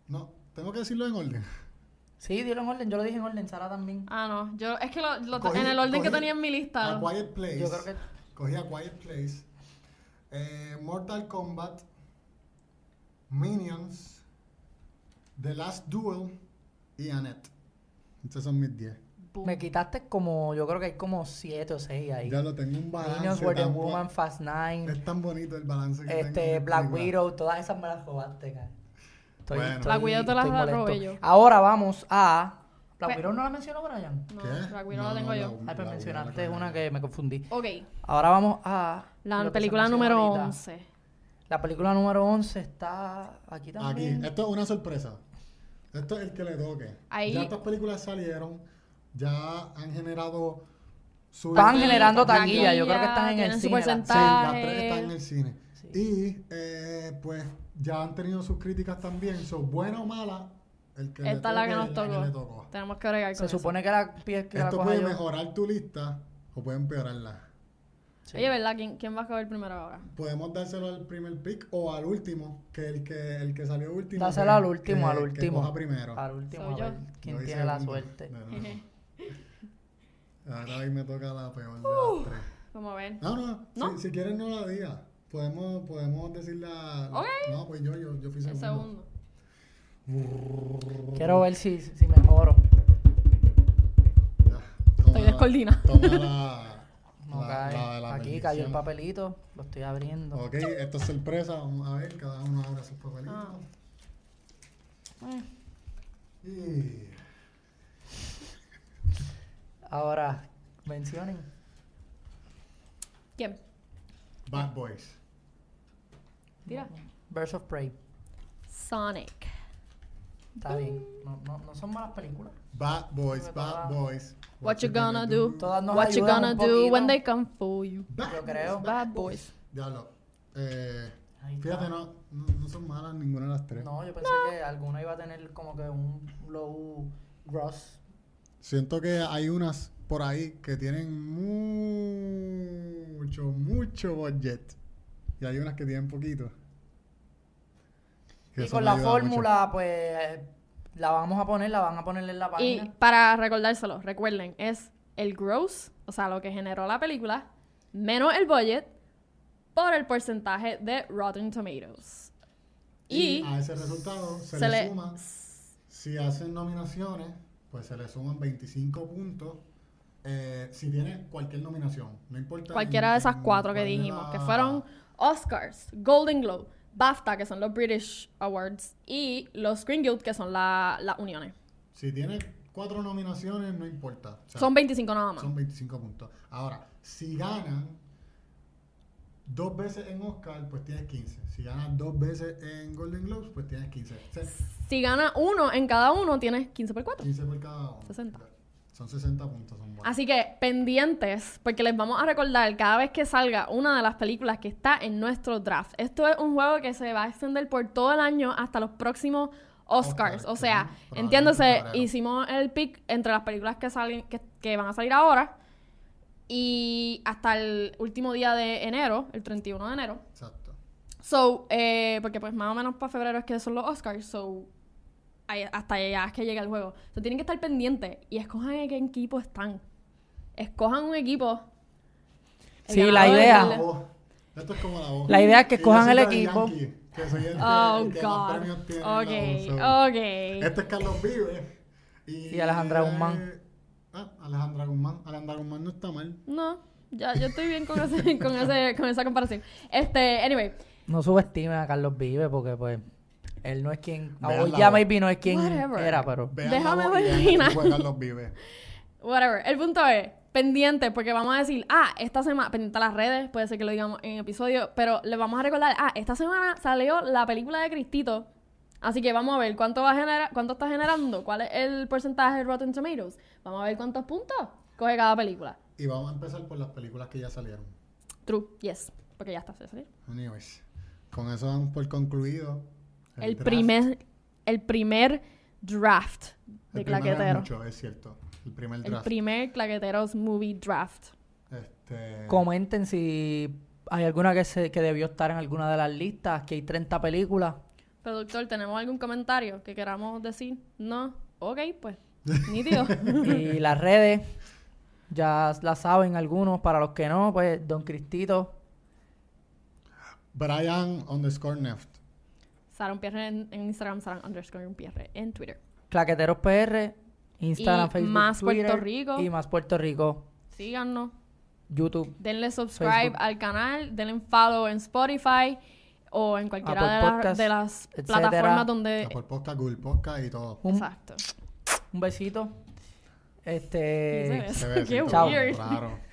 Speaker 1: No, tengo que decirlo en orden.
Speaker 3: Sí, dieron orden, yo lo dije en orden, Sara también.
Speaker 2: Ah, no. Yo... Es que lo, lo-
Speaker 1: Cogí-
Speaker 2: en el orden que
Speaker 1: cogí
Speaker 2: tenía en mi lista...
Speaker 1: A
Speaker 2: lo-
Speaker 1: Quiet Place.
Speaker 3: Yo creo que
Speaker 1: Cogí a Quiet Place. Eh, Mortal Kombat. Minions, The Last Duel y Annette. Estos son mis 10.
Speaker 4: Boom.
Speaker 3: Me quitaste como, yo creo que hay como siete o seis ahí.
Speaker 1: Ya lo tengo un balance.
Speaker 3: Niños, Where the
Speaker 1: tan bu-
Speaker 3: Woman, Fast Nine,
Speaker 1: Es tan bonito el balance que tengo.
Speaker 3: este,
Speaker 1: en
Speaker 3: Black
Speaker 1: película.
Speaker 3: Widow, todas esas me las robaste, cara. Estoy-
Speaker 1: Bueno.
Speaker 3: estoy-
Speaker 2: Black Widow te las
Speaker 3: estoy molesto.
Speaker 2: robé yo.
Speaker 3: Ahora vamos a... ¿Black
Speaker 2: Pues-
Speaker 3: Widow no la mencionó Brian?
Speaker 2: No,
Speaker 1: ¿Qué?
Speaker 2: Black Widow la tengo yo.
Speaker 3: Ay, pues
Speaker 1: Widow,
Speaker 3: mencionaste
Speaker 1: la-
Speaker 3: una que me confundí.
Speaker 2: Ok.
Speaker 3: Ahora vamos a...
Speaker 2: La
Speaker 3: lo que se
Speaker 2: película
Speaker 3: mencionó
Speaker 2: número
Speaker 3: ahorita.
Speaker 2: 11.
Speaker 3: La película número 11 está aquí
Speaker 1: Aquí,
Speaker 3: también.
Speaker 1: esto es una sorpresa. Esto es el que le toque.
Speaker 2: Ahí-
Speaker 1: Ya estas películas salieron, ya han generado su...
Speaker 3: Están
Speaker 1: Sí,
Speaker 3: generando
Speaker 1: están
Speaker 3: taquilla, yo creo que están en
Speaker 2: tienen
Speaker 3: el
Speaker 2: su
Speaker 3: cine, la- sí,
Speaker 1: Sí, las
Speaker 2: porcentaje.
Speaker 1: tres están en el cine.
Speaker 3: Sí.
Speaker 1: Y eh, pues ya han tenido sus críticas también. Son buena o mala, el que le
Speaker 2: Esta es la que
Speaker 1: toque
Speaker 2: nos
Speaker 1: es la que le
Speaker 2: tocó.
Speaker 1: tocó.
Speaker 2: Tenemos que bregar con
Speaker 3: Se
Speaker 2: eso.
Speaker 3: supone que la pie que la
Speaker 1: Esto
Speaker 3: coja
Speaker 1: puede
Speaker 3: yo.
Speaker 1: mejorar tu lista o puede empeorarla.
Speaker 3: Sí.
Speaker 2: Oye, ¿verdad? ¿Quién, quién va a coger primero ahora?
Speaker 1: Podemos dárselo al primer pick o al último, que el que, el que salió último.
Speaker 3: Dáselo
Speaker 1: que-
Speaker 3: al último,
Speaker 1: que-
Speaker 3: al
Speaker 1: que
Speaker 3: último.
Speaker 1: coja primero.
Speaker 3: Al último,
Speaker 2: Soy
Speaker 3: a ver
Speaker 2: yo.
Speaker 3: quién
Speaker 1: Yo hice
Speaker 3: tiene la
Speaker 1: segundo.
Speaker 3: suerte.
Speaker 1: No, no, no. Ahora a mí me toca la peor de las tres.
Speaker 2: Vamos a ver.
Speaker 1: No, no,
Speaker 2: Uh. ¿No?
Speaker 1: Si, si quieres no la digas. Podemos, podemos decir la...
Speaker 2: Ok.
Speaker 1: No, pues yo, yo, yo fui
Speaker 2: El
Speaker 1: segundo.
Speaker 2: segundo.
Speaker 3: Quiero ver si, si mejoro.
Speaker 1: Ya, toma
Speaker 2: Estoy
Speaker 1: la-
Speaker 2: descoordinada.
Speaker 1: Toma la...
Speaker 3: No
Speaker 1: la-
Speaker 3: cae.
Speaker 1: la de la
Speaker 3: Aquí cayó el
Speaker 1: bendición. Oh.
Speaker 3: papelito, lo estoy abriendo.
Speaker 1: Ok, esto es sorpresa. Vamos a ver, cada uno abra sus papelitos.
Speaker 2: Ah.
Speaker 1: Y...
Speaker 3: Ahora, mencionen.
Speaker 2: ¿Quién?
Speaker 1: Bad Boys.
Speaker 2: Tira.
Speaker 3: Birds of Prey.
Speaker 2: Sonic.
Speaker 3: Está
Speaker 1: Mm.
Speaker 3: bien. No, no, no son malas películas.
Speaker 1: Bad Boys,
Speaker 3: Sobre
Speaker 1: Bad
Speaker 3: todo-
Speaker 1: Boys.
Speaker 2: What you gonna do?
Speaker 3: Todas nos
Speaker 2: What you
Speaker 3: ayudan
Speaker 2: gonna
Speaker 3: un
Speaker 2: do
Speaker 3: poquito.
Speaker 2: when they come for you?
Speaker 1: Bad
Speaker 3: Yo
Speaker 1: Boys,
Speaker 3: creo.
Speaker 2: Bad boys.
Speaker 1: Diablo. Eh,
Speaker 3: Ahí está.
Speaker 1: fíjate, no, no, no son malas ninguna de las tres.
Speaker 3: No, yo pensé que alguna iba a tener como que un low gross.
Speaker 1: Siento que hay unas por ahí que tienen mucho, mucho budget. Y hay unas que tienen poquito. Que
Speaker 3: Y
Speaker 1: eso
Speaker 3: con
Speaker 1: me
Speaker 3: la
Speaker 1: ayuda mucho.
Speaker 3: fórmula, pues, eh, la vamos a poner, la van a poner en la
Speaker 2: Y
Speaker 3: página.
Speaker 2: para recordárselo, recuerden, es el gross, o sea, lo que generó la película, menos el budget, por el porcentaje de Rotten Tomatoes. Y,
Speaker 1: a ese resultado se, le,
Speaker 2: se le-
Speaker 1: suma, si hacen nominaciones, pues se le suman 25 puntos. eh, si tiene cualquier nominación, no importa.
Speaker 2: cualquiera
Speaker 1: en-
Speaker 2: de esas
Speaker 1: en
Speaker 2: cuatro que
Speaker 1: cuál de
Speaker 2: dijimos, que
Speaker 1: la-
Speaker 2: fueron Oscars, Golden Globe, BAFTA, que son los British Awards, y los Screen Guild, que son la- las uniones.
Speaker 1: Si tiene cuatro nominaciones, no importa. O sea,
Speaker 2: son 25 nada más.
Speaker 1: Son 25 puntos. Ahora, si ganan dos veces en Oscar, pues tienes 15. Si ganan dos veces en Golden Globes, pues tienes 15. O sea,
Speaker 2: Si gana uno en cada uno, tienes 15 por 4.
Speaker 1: 15 por cada uno.
Speaker 2: 60.
Speaker 1: Son 60 puntos. Son buenos.
Speaker 2: Así que pendientes, porque les vamos a recordar cada vez que salga una de las películas que está en nuestro draft. Esto es un juego que se va a extender por todo el año hasta los próximos Oscars.
Speaker 1: Oscars,
Speaker 2: o
Speaker 1: que
Speaker 2: sea,
Speaker 1: son probablemente en
Speaker 2: entiéndose,
Speaker 1: febrero.
Speaker 2: hicimos el pick entre las películas que, salen, que, que van a salir ahora y hasta el último día de enero, el 31 de enero.
Speaker 1: Exacto.
Speaker 2: So, eh, porque pues más o menos para febrero es que son los Oscars, so ahí- hasta allá es que llega el juego. So, tienen que estar pendientes y escojan en qué equipo están. Escojan un equipo. El
Speaker 3: Sí, la
Speaker 2: ganador del-
Speaker 3: idea.
Speaker 1: La voz. Esto es como la voz.
Speaker 3: La idea es que
Speaker 1: Y yo
Speaker 3: escojan
Speaker 1: soy
Speaker 3: el
Speaker 1: Daddy
Speaker 3: equipo.
Speaker 1: Yankee, que soy el que-
Speaker 2: Oh,
Speaker 1: el que más
Speaker 2: God.
Speaker 1: premios tiene en la voz,
Speaker 2: Ok,
Speaker 1: so.
Speaker 2: ok.
Speaker 1: Este es Carlos Vives. Y,
Speaker 3: Y Alejandra Guzmán.
Speaker 1: Ah, Alejandra Guzmán. Alejandra Guzmán no está mal.
Speaker 2: No, ya yo estoy bien con, ese, con, ese, con esa comparación. Este, anyway.
Speaker 3: No subestimen a Carlos Vive porque, pues, él no es quien...
Speaker 1: Vean
Speaker 3: hoy
Speaker 1: la
Speaker 3: ya
Speaker 1: voz.
Speaker 3: maybe no es quien
Speaker 2: Whatever.
Speaker 3: era, pero...
Speaker 1: Vean
Speaker 2: Déjame
Speaker 1: la voz y vean el
Speaker 2: imaginar.
Speaker 1: equipo de Carlos Vives.
Speaker 2: Whatever. El punto es, pendiente, porque vamos a decir, ah, esta semana, pendiente a las redes, puede ser que lo digamos en episodio, pero les vamos a recordar, ah, esta semana salió la película de Cristito. Así que vamos a ver cuánto va a generar, cuánto está generando, cuál es el porcentaje de Rotten Tomatoes. Vamos a ver cuántos puntos coge cada película.
Speaker 1: Y vamos a empezar por las películas que ya salieron.
Speaker 2: True, yes. Porque ya está, se salió.
Speaker 1: Anyways, con eso vamos por concluido.
Speaker 2: El,
Speaker 1: draft.
Speaker 2: primer, el primer draft de
Speaker 1: El primero es
Speaker 2: Claquetero.
Speaker 1: mucho, es cierto. El primer
Speaker 2: El
Speaker 1: draft.
Speaker 2: primer Claqueteros Movie Draft.
Speaker 1: este,
Speaker 3: Comenten si hay alguna que, se, que debió estar en alguna de las listas, que hay 30 películas.
Speaker 2: Productor, ¿tenemos algún comentario que queramos decir? No. Ok, pues. Nítido.
Speaker 3: Y las redes, ya la saben algunos, para los que no, pues, Don Cristito,
Speaker 1: Brian underscore Neft.
Speaker 2: Sara Pierre en, en Instagram, Sara underscore Pierre en Twitter.
Speaker 3: Claqueteros PR, Instagram,
Speaker 2: Y
Speaker 3: Facebook,
Speaker 2: Más Puerto
Speaker 3: Twitter
Speaker 2: Rico.
Speaker 3: Y más Puerto Rico,
Speaker 2: Síganos.
Speaker 3: YouTube.
Speaker 2: Denle subscribe
Speaker 3: Facebook.
Speaker 2: al canal, denle follow en Spotify o en cualquiera
Speaker 3: Apple
Speaker 2: de, las-
Speaker 3: Podcast,
Speaker 2: de las
Speaker 3: etcétera.
Speaker 2: plataformas donde...
Speaker 1: Apple Podcast, Google Podcast y todo.
Speaker 3: Un,
Speaker 2: Exacto.
Speaker 3: un besito.
Speaker 2: Y eso
Speaker 3: Este.
Speaker 2: es.
Speaker 1: Qué besito,
Speaker 2: Qué
Speaker 3: Chao.
Speaker 2: weird.
Speaker 1: Claro.